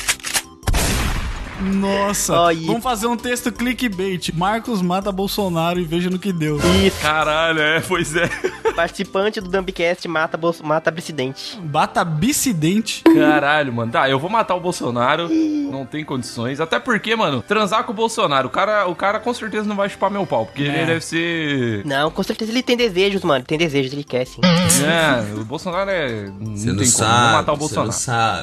Speaker 1: Nossa,
Speaker 3: Aí.
Speaker 1: vamos fazer um texto clickbait. Marcos mata Bolsonaro e veja no que deu.
Speaker 2: Caralho, é, pois é.
Speaker 3: Participante do Dumbcast mata, Bolso- mata presidente.
Speaker 1: Bata bicidente.
Speaker 2: Caralho, mano. Tá, eu vou matar o Bolsonaro. Não tem condições. Até porque, mano, transar com o Bolsonaro, o cara, o cara com certeza não vai chupar meu pau. Porque ele deve ser.
Speaker 3: Não, com certeza ele tem desejos, mano. Tem desejos, ele quer sim.
Speaker 2: É, o Bolsonaro é.
Speaker 4: Você não,
Speaker 2: tem
Speaker 4: sabe.
Speaker 2: como não matar o
Speaker 4: Você
Speaker 2: Bolsonaro.
Speaker 4: não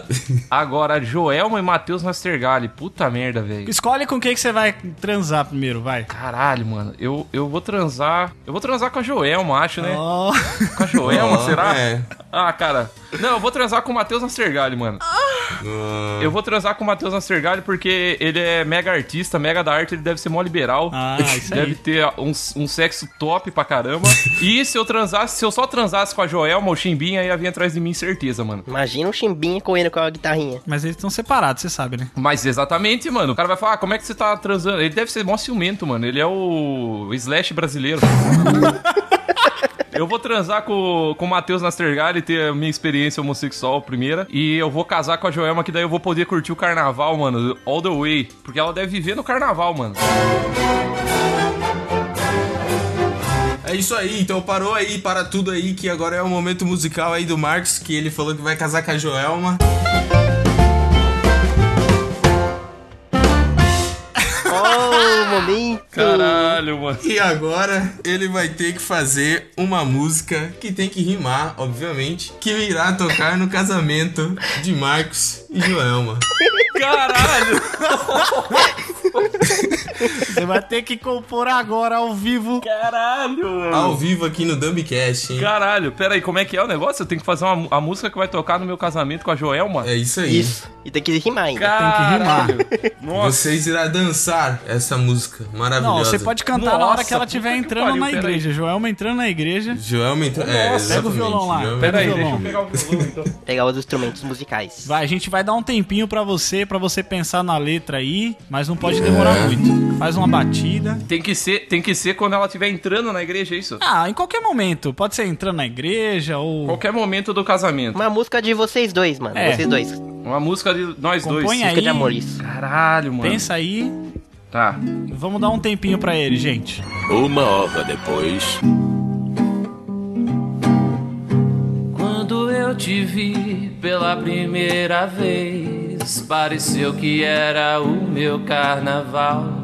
Speaker 4: sabe.
Speaker 2: Agora, Joelma e Matheus Nastergalli. Puta merda, velho.
Speaker 1: Escolhe com quem que você vai transar primeiro, vai.
Speaker 2: Caralho, mano. Eu, eu vou transar. Eu vou transar com a Joelma, acho, né?
Speaker 1: Oh.
Speaker 2: Com a Joelma,
Speaker 4: Oh,
Speaker 2: será?
Speaker 4: é.
Speaker 2: Ah, cara. Não, eu vou transar com o Matheus Nastergalli, mano. Eu vou transar com o Matheus Nastergalli porque ele é mega artista, mega da arte, ele deve ser mó liberal.
Speaker 1: Ah, isso
Speaker 2: Deve
Speaker 1: aí.
Speaker 2: ter um, um sexo top pra caramba. e se eu transasse, se eu só transasse com a Joelma ou Chimbinha, ia vir atrás de mim, certeza, mano.
Speaker 3: Imagina um chimbinha correndo com a guitarrinha.
Speaker 1: Mas eles estão separados, você sabe, né?
Speaker 2: Mas exatamente, mano. O cara vai falar, ah, como é que você tá transando? Ele deve ser mó ciumento, mano. Ele é o Slash brasileiro. Eu vou transar com, com o Matheus Nastergalli, ter a minha experiência homossexual primeira. E eu vou casar com a Joelma, que daí eu vou poder curtir o carnaval, mano. All the way. Porque ela deve viver no carnaval, mano.
Speaker 4: É isso aí, então parou aí, para tudo aí, que agora é o momento musical aí do Marcos, que ele falou que vai casar com a Joelma.
Speaker 3: momento.
Speaker 2: Caralho, mano.
Speaker 4: E agora ele vai ter que fazer uma música que tem que rimar, obviamente, que irá tocar no casamento de Marcos e Joelma.
Speaker 2: Caralho!
Speaker 1: Você vai ter que compor agora ao vivo.
Speaker 2: Caralho, mano.
Speaker 4: Ao vivo aqui no Dumbcast, hein?
Speaker 2: Caralho, pera aí, como é que é o negócio? Eu tenho que fazer uma, a música que vai tocar no meu casamento com a Joelma?
Speaker 4: É isso aí.
Speaker 3: Isso. E tem que rimar ainda.
Speaker 2: Caralho. Nossa.
Speaker 4: Vocês irá dançar essa música maravilhosa.
Speaker 1: Não, você pode cantar na hora
Speaker 2: Nossa,
Speaker 1: que ela
Speaker 2: puta
Speaker 1: estiver
Speaker 2: que
Speaker 1: entrando
Speaker 2: pariu,
Speaker 1: na
Speaker 2: peraí.
Speaker 1: igreja. Joelma entrando na igreja.
Speaker 4: Joelma entra... é,
Speaker 2: Nossa,
Speaker 1: pega o violão lá,
Speaker 4: exatamente, Joelma
Speaker 1: pega
Speaker 2: Pera aí,
Speaker 1: o
Speaker 2: deixa eu
Speaker 1: violão.
Speaker 2: pegar o violão então.
Speaker 3: Pegar os instrumentos musicais.
Speaker 1: Vai, a gente vai dar um tempinho pra você, pra você pensar na letra aí, mas não
Speaker 2: É.
Speaker 1: pode demorar muito. Faz uma batida.
Speaker 2: Tem que ser, tem que ser quando ela estiver entrando na igreja, é isso?
Speaker 1: Ah, em qualquer momento. Pode ser entrando na igreja ou.
Speaker 2: Qualquer momento do casamento.
Speaker 3: Uma música de vocês dois, mano.
Speaker 1: É.
Speaker 3: Vocês dois.
Speaker 2: Uma música de nós
Speaker 1: Compõe
Speaker 2: dois.
Speaker 1: aí.
Speaker 3: Música de amor, isso.
Speaker 2: Caralho, mano.
Speaker 1: Pensa aí.
Speaker 2: Tá.
Speaker 1: Vamos dar um tempinho pra ele, gente.
Speaker 6: Uma hora depois.
Speaker 7: Quando eu te vi pela primeira vez, pareceu que era o meu carnaval.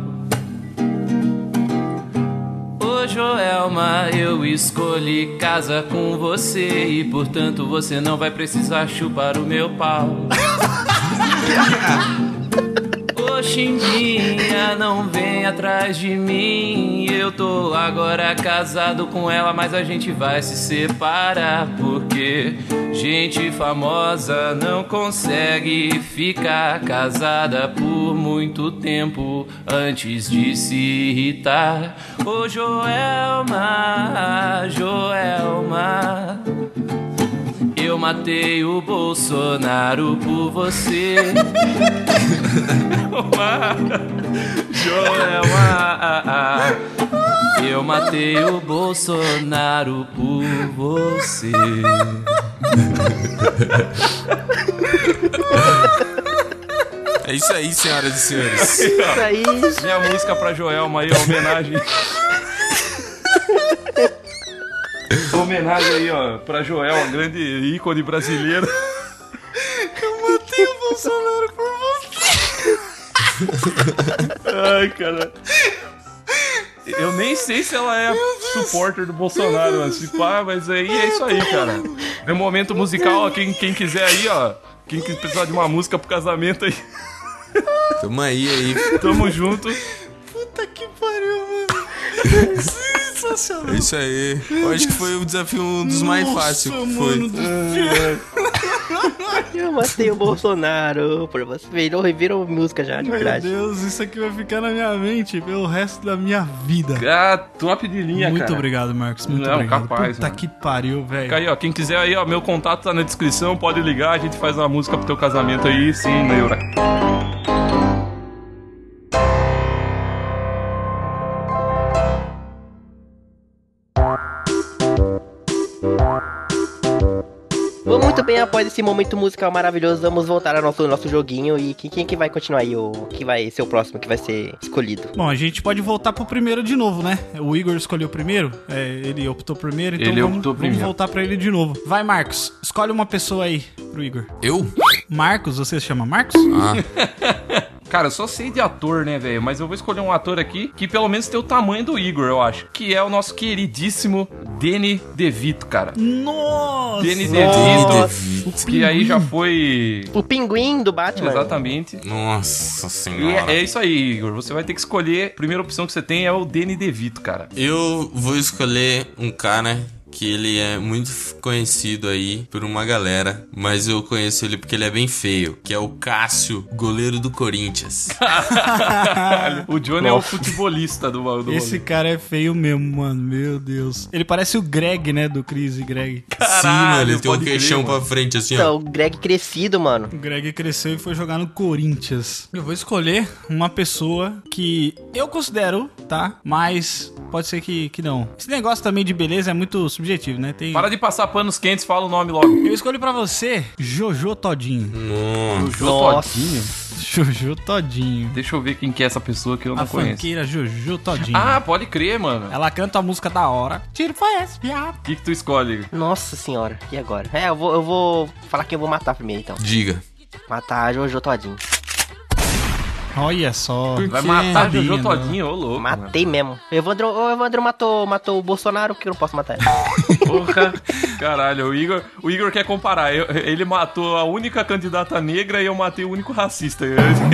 Speaker 7: Ô Joelma, eu escolhi casa com você e portanto você não vai precisar chupar o meu pau. Ô Xindinha, não vem atrás de mim. Eu tô agora casado com ela, mas a gente vai se separar. Porque gente famosa não consegue ficar casada por muito tempo antes de se irritar. Ô Joelma, Joelma. Eu matei o Bolsonaro por você. Joelma. ah, Eu matei o Bolsonaro por você.
Speaker 4: É isso aí, senhoras e senhores.
Speaker 3: Isso aí.
Speaker 2: Minha música pra Joelma aí, ó, homenagem. homenagem aí, ó, pra Joel, um grande ícone brasileiro. Ai, cara. Eu nem sei se ela é supporter do Bolsonaro, mas, se pá, mas aí é isso aí, cara. No momento musical, ó, quem, quem quiser aí, ó. Quem que precisar de uma música pro casamento aí,
Speaker 4: Tamo aí, aí.
Speaker 2: tamo junto.
Speaker 4: É isso aí. Eu acho que foi o desafio um dos mais fáceis. que Foi.
Speaker 3: Eu matei o Bolsonaro por você. Virou, virou música já, de
Speaker 1: Meu
Speaker 3: verdade.
Speaker 1: Deus, isso aqui vai ficar na minha mente pelo resto da minha vida.
Speaker 2: Ah, top de linha,
Speaker 1: Muito
Speaker 2: cara.
Speaker 1: obrigado, Marcos. Muito
Speaker 2: Não,
Speaker 1: obrigado.
Speaker 2: capaz,
Speaker 1: Puta
Speaker 2: mano.
Speaker 1: que pariu, velho.
Speaker 2: Fica Aí, ó, quem quiser aí, ó, meu contato tá na descrição, pode ligar, a gente faz uma música pro teu casamento aí, sim, meu.
Speaker 3: Bom, muito bem, após esse momento musical maravilhoso, vamos voltar ao nosso, nosso joguinho. E quem, quem que vai continuar aí? O que vai ser o próximo que vai ser escolhido?
Speaker 1: Bom, a gente pode voltar pro primeiro de novo, né? O Igor escolheu primeiro, é, ele optou primeiro, então
Speaker 2: Ele
Speaker 1: vamos,
Speaker 2: optou
Speaker 1: vamos
Speaker 2: primeiro.
Speaker 1: voltar pra ele de novo. Vai, Marcos, escolhe uma pessoa aí pro Igor.
Speaker 4: Eu?
Speaker 1: Marcos, você se chama Marcos?
Speaker 2: Ah. Cara, eu só sei de ator, né, velho? Mas eu vou escolher um ator aqui que pelo menos tem o tamanho do Igor, eu acho. Que é o nosso queridíssimo Danny DeVito, cara.
Speaker 1: Nossa!
Speaker 2: Danny
Speaker 3: Nossa.
Speaker 2: DeVito, que aí já foi...
Speaker 3: O pinguim do Batman.
Speaker 2: Exatamente. E
Speaker 4: Nossa
Speaker 2: é,
Speaker 4: senhora.
Speaker 2: é isso aí, Igor. Você vai ter que escolher. A primeira opção que você tem é o Danny DeVito, cara.
Speaker 4: Eu vou escolher um cara que ele é muito f- conhecido aí por uma galera, mas eu conheço ele porque ele é bem feio, que é o Cássio, goleiro do Corinthians.
Speaker 2: O Johnny é o futebolista do, do
Speaker 1: Esse cara é feio mesmo, mano. Meu Deus. Ele parece o Greg, né? Do Chris e Greg.
Speaker 4: Sim, mano, ele tem um
Speaker 2: pode crer,
Speaker 4: queixão
Speaker 2: mano.
Speaker 4: pra frente assim,
Speaker 3: Então,
Speaker 4: ó.
Speaker 3: o Greg crescido, mano.
Speaker 1: O Greg cresceu e foi jogar no Corinthians. Eu vou escolher uma pessoa que eu considero, tá? Mas pode ser que, que não. Esse negócio também de beleza é muito subjetivo, né? Tem...
Speaker 2: Para de passar panos quentes, fala o nome logo.
Speaker 1: Eu escolho pra você Jojo
Speaker 2: Hum.
Speaker 1: Todinho.
Speaker 4: Nossa.
Speaker 2: Jojo
Speaker 3: Nossa.
Speaker 2: Todinho?
Speaker 1: Jojo Todinho.
Speaker 2: Deixa eu ver quem que é essa pessoa que eu não
Speaker 1: A
Speaker 2: conheço.
Speaker 1: funkeira Jojo Todinho.
Speaker 2: Ah, pode crer, mano.
Speaker 1: Ela canta a música da hora. Tiro foi esse, viado.
Speaker 2: O que, que tu escolhe?
Speaker 3: Nossa senhora, e agora? É, eu vou, eu vou falar que eu vou matar primeiro então.
Speaker 4: Diga.
Speaker 3: Matar a Jojo Todinho.
Speaker 1: Olha só.
Speaker 2: Vai
Speaker 4: quê?
Speaker 2: matar
Speaker 1: Sabia, né?
Speaker 2: Jojo
Speaker 1: não.
Speaker 2: Todinho, ô louco. mano.
Speaker 3: Matei mesmo. O Evandro, o Evandro matou, matou o Bolsonaro, porque eu não posso matar ele.
Speaker 2: Porra. Caralho, o Igor, o Igor quer comparar. Eu- ele matou a única candidata negra e eu matei o único racista.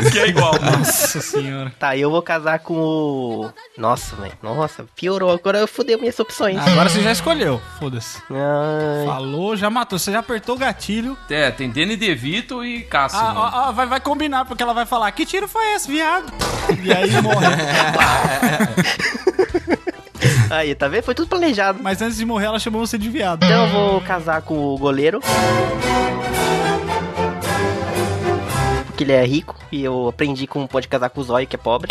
Speaker 2: Isso que é igual.
Speaker 1: Nossa senhora.
Speaker 3: Tá, eu vou casar com o. Nossa, velho. Nossa, piorou. Agora eu fudeu minhas opções.
Speaker 1: Agora você já escolheu. Foda-se. Ah.
Speaker 3: Ai.
Speaker 1: Falou, já matou. Você já apertou o gatilho.
Speaker 2: É, tem Danny DeVito e Cássio.
Speaker 1: Ah,
Speaker 2: mano.
Speaker 1: ó, ó, vai, vai combinar, porque ela vai falar: Que tiro foi esse, viado? E aí morre.
Speaker 3: Aí, tá vendo? Foi tudo planejado.
Speaker 1: Mas antes de morrer, ela chamou você de viado.
Speaker 3: Então eu vou casar com o goleiro. Porque ele é rico e eu aprendi como pode casar com o zóio, que é pobre.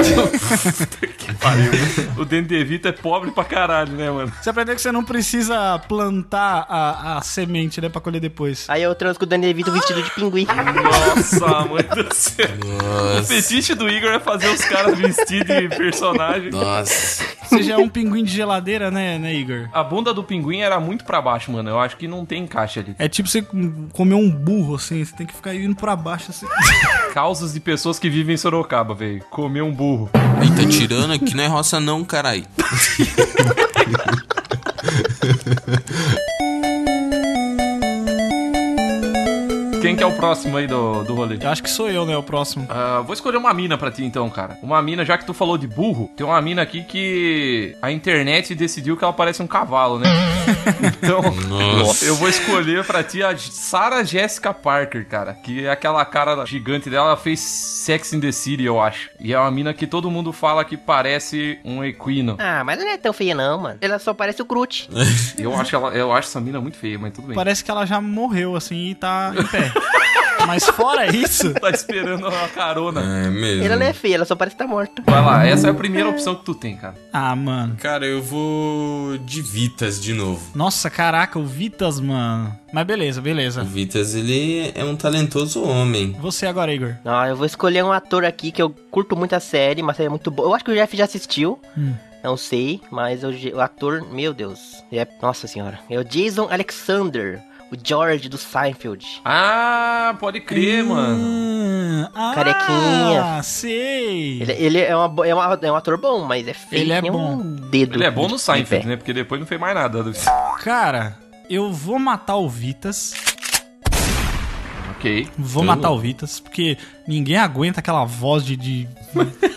Speaker 2: O Danny DeVito é pobre pra caralho, né, mano?
Speaker 1: Você aprendeu que você não precisa plantar a, a semente, né, pra colher depois.
Speaker 3: Aí eu transo com o Dani Evito vestido de pinguim.
Speaker 2: Nossa, mãe do céu. O
Speaker 4: Nossa.
Speaker 2: fetiche do Igor é fazer os caras vestir de personagem.
Speaker 4: Nossa.
Speaker 1: Você já é um pinguim de geladeira, né, né, Igor?
Speaker 2: A bunda do pinguim era muito pra baixo, mano. Eu acho que não tem encaixe ali.
Speaker 1: É tipo você com- comer um burro, assim. Você tem que ficar indo pra baixo, assim.
Speaker 2: Causas de pessoas que vivem em Sorocaba, velho. Comer um burro.
Speaker 4: Aí tá tirando aqui, não é roça não, carai.
Speaker 2: Quem que é o próximo aí do, do rolê?
Speaker 1: Eu acho que sou eu, né, o próximo.
Speaker 2: Ah, vou escolher uma mina pra ti então, cara. Uma mina, já que tu falou de burro, tem uma mina aqui que a internet decidiu que ela parece um cavalo, né? Então,
Speaker 4: Nossa.
Speaker 2: eu vou escolher pra ti a Sarah Jessica Parker, cara. Que é aquela cara gigante dela, ela fez Sex in the City, eu acho. E é uma mina que todo mundo fala que parece um equino.
Speaker 3: Ah, mas ela não é tão feia não, mano. Ela só parece o Groot.
Speaker 2: Eu acho, ela, eu acho essa mina muito feia, mas tudo bem.
Speaker 1: Parece que ela já morreu, assim, e tá em pé. Mas fora isso,
Speaker 2: Tá esperando a carona.
Speaker 4: É mesmo.
Speaker 3: Ela não é feia, ela só parece que tá morta.
Speaker 2: Vai lá, essa é a primeira opção que tu tem, cara.
Speaker 1: Ah, mano.
Speaker 4: Cara, eu vou de Vitas de novo.
Speaker 1: Nossa, caraca, o Vitas, mano. Mas beleza,
Speaker 4: O
Speaker 1: beleza.
Speaker 4: Vitas, ele é um talentoso homem.
Speaker 1: Você agora, Igor.
Speaker 3: Ah, eu vou escolher um ator aqui que eu curto muito a série, mas é muito boa. Eu acho que o Jeff já assistiu.
Speaker 1: Hum.
Speaker 3: Não sei, mas o, Je- o ator, meu Deus. É, nossa senhora. É o Jason Alexander, o George do Seinfeld.
Speaker 2: Ah, pode crer, mano.
Speaker 1: Hum, ah,
Speaker 3: Carequinha.
Speaker 1: sei.
Speaker 3: Ele, ele é, uma, bo- é, uma- é um ator bom, mas é
Speaker 1: Hum.
Speaker 3: feio
Speaker 1: Ele
Speaker 3: que
Speaker 1: é
Speaker 3: nem
Speaker 1: bom.
Speaker 3: um dedo.
Speaker 2: Ele é bom
Speaker 3: de-
Speaker 2: no
Speaker 3: de
Speaker 2: Seinfeld,
Speaker 3: pé.
Speaker 2: né? Porque depois não fez mais nada.
Speaker 1: Cara, eu vou matar o Vitas.
Speaker 2: Ok.
Speaker 1: Vou matar o Vitas, porque ninguém aguenta aquela voz de, de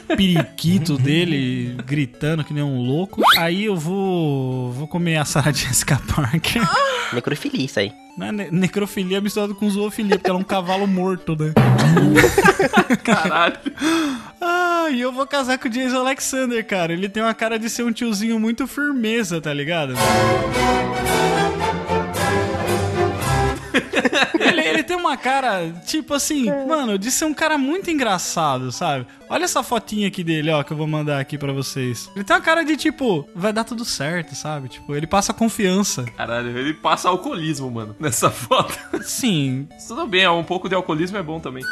Speaker 1: periquito dele gritando que nem um louco. Aí eu vou. vou comer a Sarah Jessica Parker.
Speaker 2: né?
Speaker 3: Necrofilia isso aí.
Speaker 1: Não é ne- necrofilia misturada com zoofilia, porque ela é um cavalo morto, né?
Speaker 2: Caralho.
Speaker 1: Ah, e eu vou casar com o Jason Alexander, cara. Ele tem uma cara de ser um tiozinho muito firmeza, tá ligado? ele, ele tem uma cara, tipo assim, mano, de ser um cara muito engraçado, sabe? Olha essa fotinha aqui dele, ó, que eu vou mandar aqui pra vocês. Ele tem uma cara de tipo, vai dar tudo certo, sabe? Tipo, ele passa confiança.
Speaker 2: Caralho, ele passa alcoolismo, mano, nessa foto.
Speaker 1: Sim,
Speaker 2: Mas Tudo bem, um pouco de alcoolismo é bom também.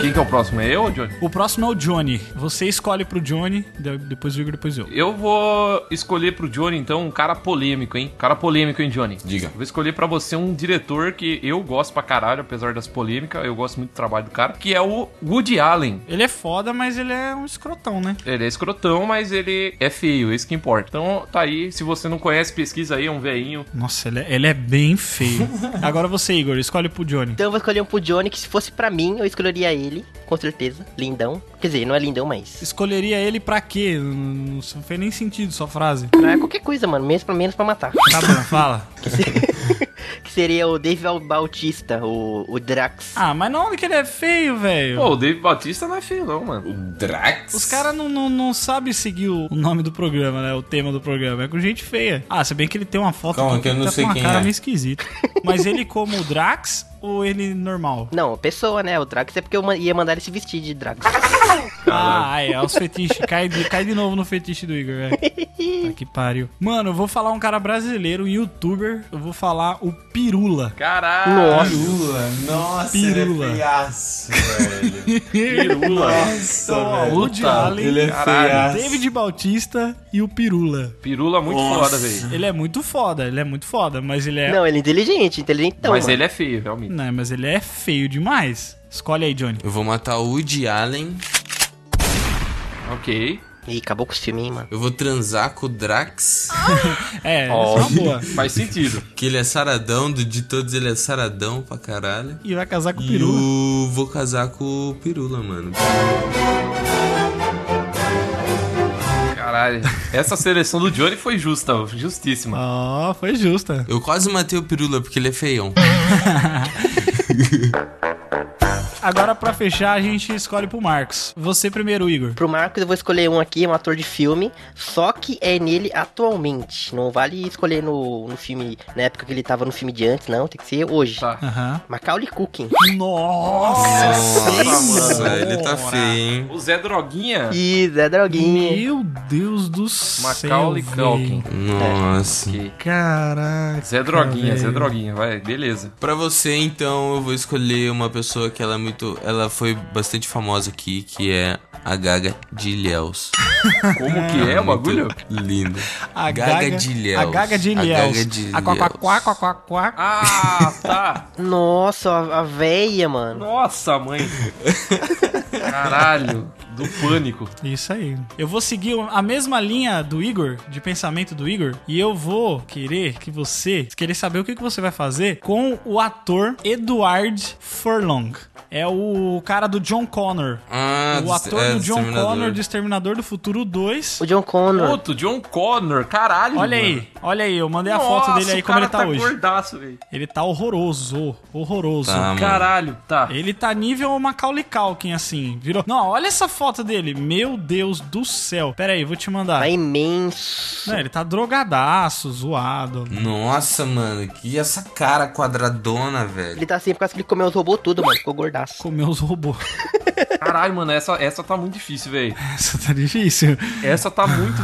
Speaker 2: Quem que é o próximo? É eu ou Johnny?
Speaker 1: o próximo é o Johnny. Você escolhe pro Johnny, de- depois o Igor, depois eu.
Speaker 2: Eu vou escolher pro Johnny, então, um cara polêmico, hein? Cara polêmico, hein, Johnny?
Speaker 4: Diga.
Speaker 2: Vou escolher pra você um diretor que eu gosto pra caralho, apesar das polêmicas. Eu gosto muito do trabalho do cara, que é o Woody Allen.
Speaker 1: Ele é foda, mas ele é um escrotão, né?
Speaker 2: Ele é escrotão, mas ele é feio, isso que importa. Então, tá aí. Se você não conhece, pesquisa aí, é um veinho.
Speaker 1: Nossa, ele é, ele é bem feio. Agora você, Igor, escolhe pro Johnny.
Speaker 3: Então eu vou escolher um pro Johnny, que se fosse pra mim, eu escolheria ele, com certeza. Lindão. Quer dizer, não é lindão, mas.
Speaker 1: Escolheria ele pra quê? Não, não fez nem sentido sua frase.
Speaker 3: Pra é qualquer coisa, mano. Menos pra menos pra matar.
Speaker 1: Tá bom, fala.
Speaker 3: que seria o Dave Al- Bautista, o, o Drax.
Speaker 1: Ah, mas não que ele é feio, velho.
Speaker 2: Pô, o Dave Batista não é feio, não, mano.
Speaker 4: O Drax?
Speaker 1: Os caras não, não, não sabem seguir o o nome do programa, né? O tema do programa. É com gente feia. Ah, se bem que ele tem uma foto
Speaker 4: Calma,
Speaker 1: com-
Speaker 4: que eu
Speaker 1: ele
Speaker 4: não
Speaker 1: tá
Speaker 4: sei
Speaker 1: com uma
Speaker 4: quem
Speaker 1: cara
Speaker 4: é.
Speaker 1: meio esquisita. Mas ele como o Drax ou ele normal?
Speaker 3: Não, pessoa, né? O Drax é porque eu ma- ia mandar ele se vestir de Drax.
Speaker 1: Ah, é, é os fetiches. Cai de, cai de novo no fetiche do Igor, velho. Tá que pariu. Mano, eu vou falar um cara brasileiro, um youtuber. Eu vou falar o Pirula.
Speaker 2: Caralho.
Speaker 4: Pirula. Nossa,
Speaker 1: Pirula.
Speaker 4: ele é feiaço, velho.
Speaker 2: Pirula.
Speaker 4: Nossa, velho.
Speaker 1: Woody Allen,
Speaker 4: Ele é
Speaker 2: Caralho.
Speaker 4: feiaço.
Speaker 1: David Bautista e o Pirula.
Speaker 2: Pirula muito
Speaker 4: Nossa.
Speaker 2: foda, velho.
Speaker 1: Ele é muito foda, ele é muito foda, mas ele é. né,
Speaker 3: Não, ele é inteligente, inteligentão.
Speaker 2: Mas
Speaker 3: mano.
Speaker 2: ele é feio, realmente.
Speaker 1: Não, mas ele é feio demais. Escolhe aí, Johnny.
Speaker 4: Eu vou matar o Woody Allen.
Speaker 2: Ok.
Speaker 3: Ih, acabou com os filmes, hein, mano.
Speaker 4: Eu vou transar com o Drax.
Speaker 1: É,
Speaker 2: Ó.
Speaker 1: essa é uma boa.
Speaker 2: Faz sentido.
Speaker 4: Que ele é saradão, do- de todos ele é saradão pra caralho.
Speaker 1: E vai casar com o
Speaker 4: E
Speaker 1: Pirula.
Speaker 4: eu vou casar com o Pirula, mano.
Speaker 2: Caralho. Essa seleção do Johnny foi justa, justíssima.
Speaker 1: Ó, foi justa.
Speaker 4: Eu quase matei o Pirula porque ele é feião.
Speaker 1: Agora, pra fechar, a gente escolhe pro Marcos. Você primeiro, Igor.
Speaker 3: Pro Marcos eu vou escolher um aqui, é um ator de filme, só que é nele atualmente. Não vale escolher no, no filme, na época que ele tava no filme de antes, não. Tem que ser hoje.
Speaker 2: Tá.
Speaker 1: Aham.
Speaker 3: Macaulay Culkin.
Speaker 1: Nossa,
Speaker 4: Nossa, ele tá
Speaker 1: senhora.
Speaker 4: feio, hein?
Speaker 2: O Zé Droguinha.
Speaker 3: Ih, Zé Droguinha.
Speaker 1: Meu Deus do céu.
Speaker 2: Macaulay
Speaker 1: velho.
Speaker 2: Culkin.
Speaker 4: Nossa.
Speaker 2: Ok.
Speaker 1: Caraca.
Speaker 2: Zé Droguinha, Zé
Speaker 1: velho.
Speaker 2: Droguinha, vai, beleza.
Speaker 4: Pra você, então, eu vou escolher uma pessoa que ela é muito. Ela foi bastante famosa aqui, que é a Gaga de Ilhéus.
Speaker 2: Como que é o
Speaker 4: Muito
Speaker 2: bagulho?
Speaker 4: Lindo.
Speaker 1: A
Speaker 4: Gaga
Speaker 1: Gaga
Speaker 4: de
Speaker 1: de
Speaker 4: Ilhéus.
Speaker 1: A Gaga de
Speaker 4: A Gaga
Speaker 1: Ilhéus.
Speaker 4: de
Speaker 1: A quá, quá, quá,
Speaker 4: Ilhéus.
Speaker 1: quá, quá, quá.
Speaker 2: Ah, tá.
Speaker 3: Nossa, a, a véia, mano.
Speaker 2: Nossa, mãe. Caralho, do pânico.
Speaker 1: Isso aí. Eu vou seguir a mesma linha do Igor, de pensamento do Igor, e eu vou querer que você, querer saber o que que você vai fazer com o ator Edward Furlong. É o cara do John Connor.
Speaker 4: Ah,
Speaker 1: o ator
Speaker 4: é,
Speaker 1: do John
Speaker 4: Exterminador.
Speaker 1: Connor de Exterminador do Futuro 2.
Speaker 3: O John Connor.
Speaker 2: Puto, John Connor, caralho.
Speaker 1: Olha aí, olha aí, eu mandei a foto dele aí como ele tá, hoje.
Speaker 2: gordaço, velho.
Speaker 1: Ele tá horroroso, horroroso.
Speaker 4: Tá, mano.
Speaker 2: Caralho, tá.
Speaker 1: Ele tá nível Macaulay Culkin, assim. Virou. Não, olha essa foto dele. Meu Deus do céu. Pera aí, vou te mandar.
Speaker 3: Tá imenso.
Speaker 1: Não, ele tá drogadaço, zoado.
Speaker 4: Nossa, mano, que essa cara quadradona, velho.
Speaker 3: Ele tá assim por causa que ele comeu os robôs tudo, mano. Ficou gordaço.
Speaker 1: Comeu os robôs.
Speaker 2: Caralho, mano, essa, essa tá muito difícil, velho.
Speaker 1: Essa tá difícil.
Speaker 2: Essa tá muito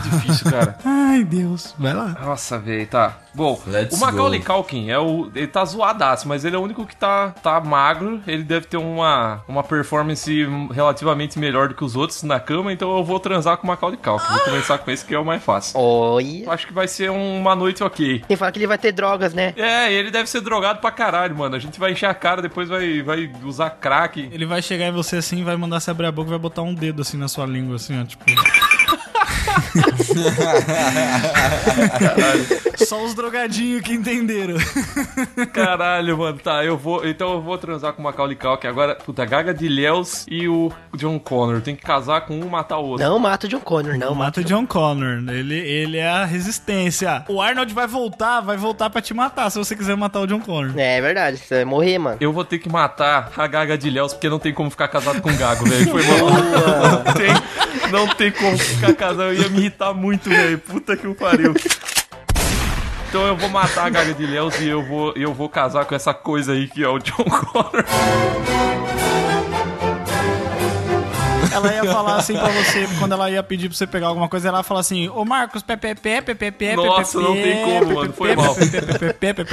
Speaker 2: difícil, cara.
Speaker 1: Ai, Deus. Vai lá.
Speaker 2: Nossa, velho, tá. Bom,
Speaker 4: Let's
Speaker 2: o Macaulay
Speaker 4: go.
Speaker 2: Culkin é o. Ele tá zoadaço, mas ele é o único que tá, tá magro. Ele deve ter uma, uma performance relativamente melhor do que os outros na cama, então eu vou transar com o Macaulay Culkin. Vou começar com esse que é o mais fácil. Eu
Speaker 3: Olha.
Speaker 2: acho que vai ser um, uma noite ok.
Speaker 3: Tem que falar que ele vai ter drogas, né?
Speaker 2: É, ele deve ser drogado pra caralho, mano. A gente vai encher a cara, depois vai, vai usar crack.
Speaker 1: Ele vai chegar em você assim, vai mandar você abrir a boca e vai botar um dedo assim na sua língua, assim, ó. Tipo. Só os drogadinhos que entenderam.
Speaker 2: Caralho, mano. Tá, eu vou. Então eu vou transar com o Macaulay Culkin agora. Puta, Gaga de Léus e o John Connor. Tem que casar com um e matar o outro.
Speaker 3: Não mata o John Connor, não.
Speaker 1: Não mata
Speaker 3: Mata
Speaker 1: o John Connor. Ele, ele é a resistência. O Arnold vai voltar, vai voltar pra te matar se você quiser matar o John Connor.
Speaker 3: É, é verdade, você vai morrer, mano.
Speaker 2: Eu vou ter que matar a Gaga de Léus porque não tem como ficar casado com o Gago, velho. Foi mal. Não tem, não tem como ficar casado. Eu ia me irritar muito, velho. Puta que o pariu. Então eu vou matar a Gaga de Léus e eu vou, eu vou casar com essa coisa aí que é o John Connor.
Speaker 1: Ela ia falar assim pra você, quando ela ia pedir pra você pegar alguma coisa, ela ia falar assim: Ô Marcos, pepepe, pepepe,
Speaker 2: Nossa, não tem como, mano, foi mal.
Speaker 1: Pepepe,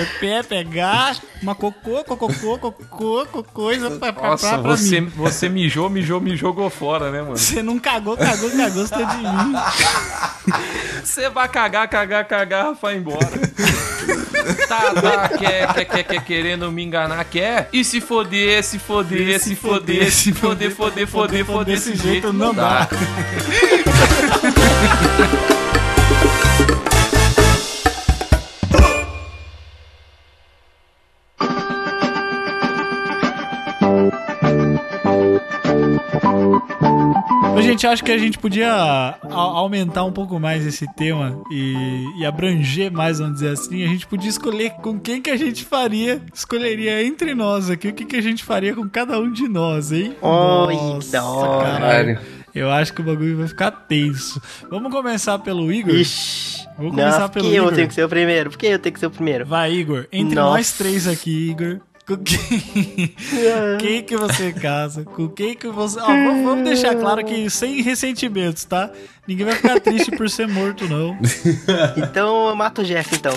Speaker 1: pegar uma cocô, cocô, cocô, cocô, coisa pra, pra,
Speaker 2: Nossa,
Speaker 1: pra, pra
Speaker 2: você,
Speaker 1: mim.
Speaker 2: você mijou, mijou, me jogou fora, né, mano?
Speaker 1: Você não cagou, cagou, cagou, você tá de mim.
Speaker 2: Você vai cagar, cagar, cagar, vai embora. tá, tá, quer, quer, quer, quer, querendo me enganar, quer? E se foder, se foder, se foder, se foder, foder, foder, foder, desse jeito não dá.
Speaker 1: Mas, gente, eu acho que a gente podia a- aumentar um pouco mais esse tema e, e abranger mais, vamos dizer assim. A gente podia escolher com quem que a gente faria, escolheria entre nós aqui, o que que a gente faria com cada um de nós, hein?
Speaker 3: Ai, da hora.
Speaker 1: Eu acho que o bagulho vai ficar tenso. Vamos começar pelo Igor?
Speaker 3: Ixi.
Speaker 1: Vou começar
Speaker 3: Não, por
Speaker 1: pelo
Speaker 3: que eu
Speaker 1: Igor.
Speaker 3: tenho que ser o primeiro? Por que eu tenho que ser o primeiro?
Speaker 1: Vai, Igor. Entre
Speaker 3: Nossa.
Speaker 1: nós três aqui, Igor. Com quem,
Speaker 3: É.
Speaker 1: quem que você casa? Com quem que você. Ó, vamos, vamos deixar claro que sem ressentimentos, tá? Ninguém vai ficar triste por ser morto, não.
Speaker 3: Então eu mato o Jeff, então.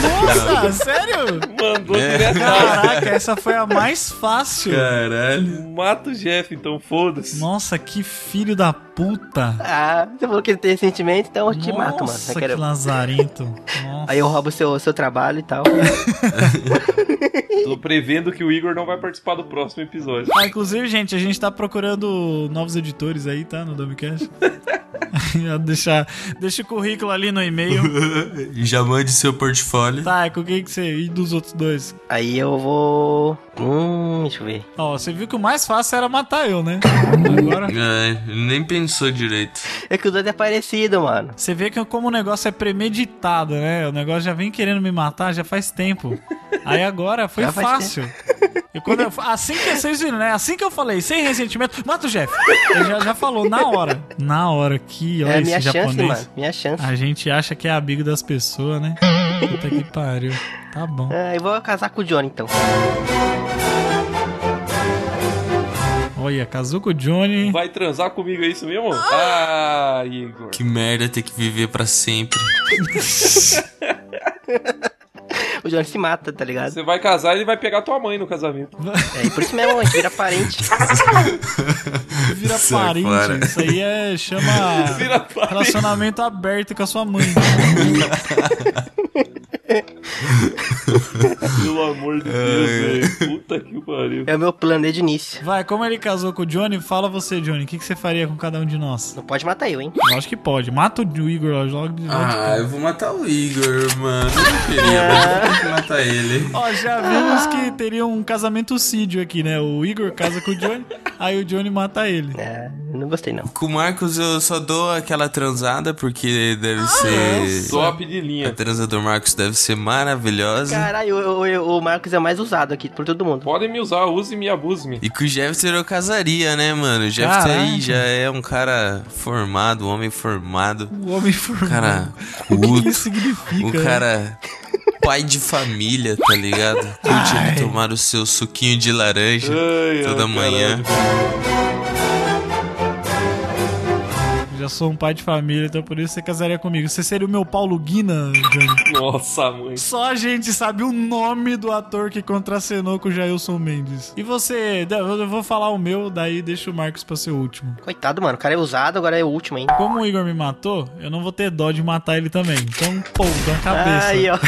Speaker 1: Nossa, sério?
Speaker 2: Mandou direto.
Speaker 1: Caraca, essa foi a mais fácil.
Speaker 4: É. Caralho.
Speaker 2: Mata o Jeff, então foda-se.
Speaker 1: Nossa, que filho da puta.
Speaker 3: Ah, você falou que ele tem esse sentimento, então eu te mato, mano.
Speaker 1: Nossa,
Speaker 3: Eu
Speaker 1: que
Speaker 3: quero-
Speaker 1: lazarento. Nossa.
Speaker 3: Aí eu roubo o seu, seu trabalho e tal.
Speaker 2: Tô prevendo que o Igor não vai participar do próximo episódio.
Speaker 1: Ah, inclusive, gente, a gente tá procurando novos editores aí, tá? No Dumbcast. deixa, deixa o currículo ali no e-mail.
Speaker 4: Já mande seu portfólio.
Speaker 1: Tá, com quem que você... E dos outros dois?
Speaker 3: Aí eu vou. Hum, deixa eu ver.
Speaker 1: Ó, você viu que o mais fácil era matar eu, né? Agora...
Speaker 4: É, nem pensou direito.
Speaker 3: É que o dois é parecido, mano.
Speaker 1: Você vê que como o negócio é premeditado, né? O negócio já vem querendo me matar já faz tempo. Aí agora foi
Speaker 3: Já faz
Speaker 1: fácil. E quando eu- assim que vocês viram, né? Assim que eu falei, sem ressentimento, mata o Jeff. Ele já, já falou na hora. Na hora que olha
Speaker 3: é a
Speaker 1: esse
Speaker 3: minha chance,
Speaker 1: japonês.
Speaker 3: mano. Minha chance.
Speaker 1: A gente acha que é amigo das pessoas, né? Puta que pariu. Tá bom.
Speaker 3: Ah, eu vou casar com o Johnny, então.
Speaker 1: Olha, casou com o Johnny.
Speaker 2: Vai transar comigo, é isso mesmo? Ah, Igor.
Speaker 4: Que merda ter que viver pra sempre.
Speaker 3: O Johnny se mata, tá ligado?
Speaker 2: Você vai casar e ele vai pegar tua mãe no casamento.
Speaker 3: É, e por isso mesmo, a gente vira parente.
Speaker 1: Vira
Speaker 4: Sai
Speaker 1: parente.
Speaker 4: fora.
Speaker 1: Isso aí é. chama.
Speaker 2: Vira parente.
Speaker 1: Relacionamento aberto com a sua mãe.
Speaker 2: Pelo amor de Deus, velho. Puta que pariu.
Speaker 3: É o meu plano desde o início.
Speaker 1: Vai, como ele casou com o Johnny, fala você, Johnny. O que, que você faria com cada um de nós?
Speaker 3: Não pode matar eu, hein?
Speaker 1: Lógico que pode. Mata o Igor ó, logo de logo.
Speaker 4: Ah, eu vou matar o Igor, mano. Eu não queria, mas eu tenho que matar ele.
Speaker 1: Ó, já vimos que teria um casamento sídio aqui, né? O Igor casa com o Johnny, aí o Johnny mata ele.
Speaker 3: É, não gostei, não.
Speaker 4: Com o Marcos eu só dou aquela transada, porque deve ser.
Speaker 2: Top de
Speaker 4: A
Speaker 2: linha.
Speaker 4: transa do Marcos deve ser maravilhosa.
Speaker 3: Caralho, o, o- o Marcos é o mais usado aqui por todo mundo.
Speaker 2: Podem me usar, use-me e abuse-me.
Speaker 4: E com o Jefferson eu casaria, né, mano? O Jefferson
Speaker 1: Caraca.
Speaker 4: aí já é um cara formado, um homem formado.
Speaker 1: O homem formado.
Speaker 4: Um cara
Speaker 1: o que, que
Speaker 4: culto.
Speaker 1: isso significa?
Speaker 4: Um
Speaker 1: né?
Speaker 4: cara pai de família, tá ligado? Curte ele tomar o seu suquinho de laranja
Speaker 2: Ai, ai,
Speaker 4: toda manhã.
Speaker 1: Já sou um pai de família, então por isso você casaria comigo. Você seria o meu Paulo Guina, Johnny.
Speaker 2: Nossa, mãe.
Speaker 1: Só a gente sabe o nome do ator que contracenou com o Jailson Mendes. E você, eu vou falar o meu, daí deixa o Marcos pra ser o último.
Speaker 3: Coitado, mano. O cara é usado, agora é o último, hein?
Speaker 1: Como o Igor me matou, eu não vou ter dó de matar ele também. Então, pô, dá uma cabeça.
Speaker 3: Aí, ó.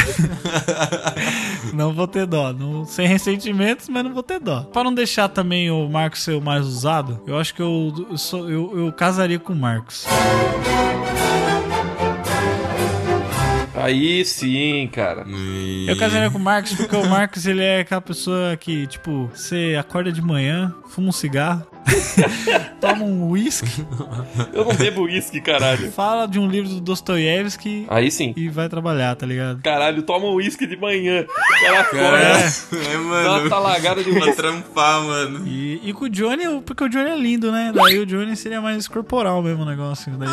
Speaker 1: Não vou ter dó. Não- sem ressentimentos, mas não vou ter dó. Pra não deixar também o Marcos ser o mais usado, eu acho que eu, eu, sou- eu- eu casaria com o Marcos.
Speaker 2: Aí sim, cara.
Speaker 4: E-
Speaker 1: Eu casaria com o Marcos porque o Marcos, ele é aquela pessoa que, tipo, você acorda de manhã, fuma um cigarro, toma um uísque,
Speaker 2: Eu não bebo uísque, caralho.
Speaker 1: fala de um livro do Dostoiévski
Speaker 2: Aí sim.
Speaker 1: e vai trabalhar, tá ligado?
Speaker 2: Caralho, toma um uísque de manhã. O cara acorda,
Speaker 4: É, é,
Speaker 2: dá uma
Speaker 4: mano.
Speaker 2: talagada de
Speaker 4: Pra
Speaker 2: uísque.
Speaker 4: trampar, mano.
Speaker 1: E, e com o Johnny, eu- porque o Johnny é lindo, né? Daí o Johnny seria mais corporal mesmo o negócio. Daí.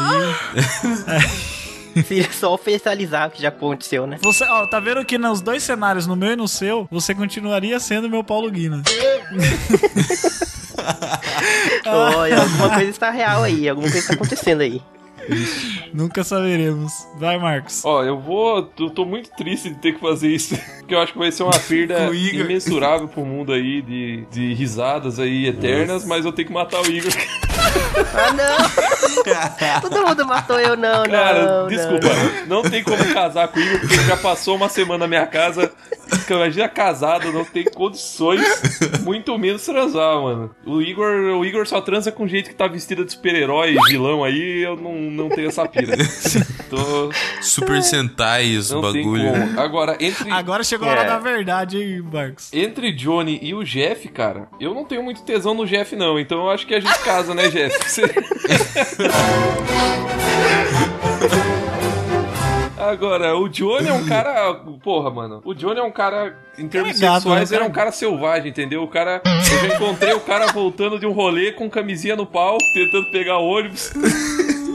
Speaker 3: Seria só oficializar o que já aconteceu, né?
Speaker 1: Você, ó, tá vendo que nos dois cenários, no meu e no seu, você continuaria sendo meu Paulo Guina.
Speaker 3: Olha, alguma coisa está real aí. Alguma coisa está acontecendo aí.
Speaker 1: Nunca saberemos. Vai, Marcos.
Speaker 2: Ó, eu vou. Eu tô muito triste de ter que fazer isso. Porque eu acho que vai ser uma perda
Speaker 4: Com o Igor.
Speaker 2: imensurável pro mundo aí de, de risadas aí eternas, mas eu tenho que matar o Igor.
Speaker 3: Ah, não! Todo mundo matou eu, não, não.
Speaker 2: Cara,
Speaker 3: não.
Speaker 2: desculpa, não. tem como casar com o Igor, porque ele já passou uma semana na minha casa. Fica, Imagina casado, não tem condições, muito menos transar, mano. O Igor, o Igor só transa com jeito que tá vestido de super-herói, vilão aí, eu não, não tenho essa pira. Tô,
Speaker 4: Super Sentai, os
Speaker 2: não
Speaker 4: bagulho.
Speaker 2: tem como. Agora, entre.
Speaker 1: Agora chegou a
Speaker 3: É.
Speaker 1: hora da verdade, hein, Marcos?
Speaker 2: Entre Johnny e o Jeff, cara, eu não tenho muito tesão no Jeff, não. Então eu acho que a gente casa, né, Jeff? Agora, o Johnny é um cara. Porra, mano. O Johnny é um cara. Em termos
Speaker 1: Cara gato,
Speaker 2: sexuais,
Speaker 1: né,
Speaker 2: ele é um
Speaker 1: cara?
Speaker 2: cara selvagem, entendeu? O cara. Eu já encontrei o cara voltando de um rolê com camisinha no pau, tentando pegar o ônibus.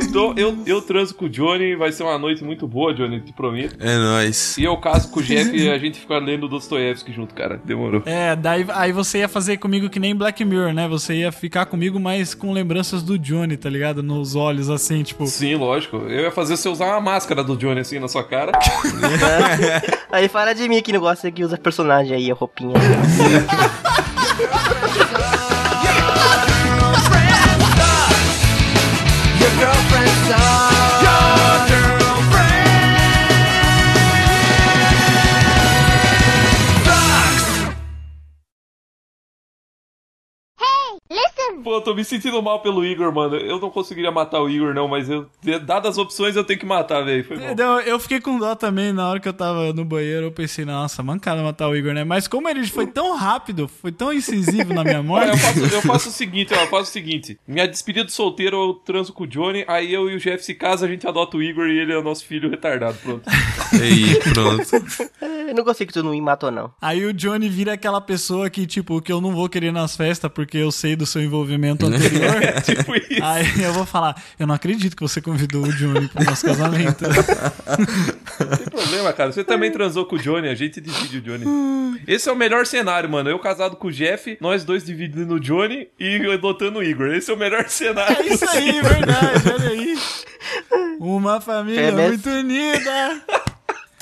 Speaker 2: Então, eu, eu transo com o Johnny, vai ser uma noite muito boa, Johnny, te prometo.
Speaker 4: É nóis.
Speaker 2: E eu caso com o Jeff e a gente fica lendo Dostoiévski junto, cara. Demorou.
Speaker 1: É, daí aí você ia fazer comigo que nem Black Mirror, né? Você ia ficar comigo, mas com lembranças do Johnny, tá ligado? Nos olhos, assim, tipo.
Speaker 2: Sim, lógico. Eu ia fazer você usar uma máscara do Johnny assim na sua cara.
Speaker 3: Aí fala de mim que não gosta que usa personagem aí, a roupinha.
Speaker 2: Pô, eu tô me sentindo mal pelo Igor, mano. Eu não conseguiria matar o Igor, não, mas eu, dadas as opções, eu tenho que matar, velho. Foi bom.
Speaker 1: Não, eu fiquei com dó também na hora que eu tava no banheiro. Eu pensei, nossa, mancada matar o Igor, né? Mas como ele foi tão rápido, foi tão incisivo na minha
Speaker 2: Olha, eu
Speaker 1: morte.
Speaker 2: faço, eu faço o seguinte, ó, eu faço o seguinte. Minha despedida de solteiro eu transo com o Johnny, aí eu e o Jeff se casa, a gente adota o Igor e ele é o nosso filho retardado, pronto.
Speaker 4: E aí, pronto.
Speaker 3: Eu não gostei que tu não me matou, não.
Speaker 1: Aí o Johnny vira aquela pessoa que, tipo, que eu não vou querer nas festas porque eu sei do seu envolvimento anterior.
Speaker 2: tipo isso.
Speaker 1: Aí eu vou falar, eu não acredito que você convidou o Johnny pro nosso casamento.
Speaker 2: Não tem problema, cara. Você também transou com o Johnny, a gente divide o Johnny. Esse é o melhor cenário, mano. Eu casado com o Jeff, nós dois dividindo o Johnny e adotando o Igor. Esse é o melhor cenário.
Speaker 1: É isso aí, verdade, olha aí. Uma família
Speaker 3: Feliz.
Speaker 1: muito unida.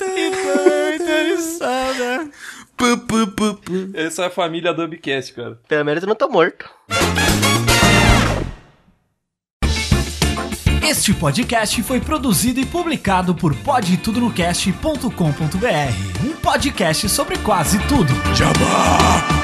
Speaker 1: E tão interessada.
Speaker 4: Pu, pu, pu, pu.
Speaker 2: Essa é a família da Ubicast, cara.
Speaker 3: Pelo menos eu não tô morto.
Speaker 5: Este podcast foi produzido e publicado por podtudonocast.com.br, um podcast sobre quase tudo.
Speaker 6: Jabá!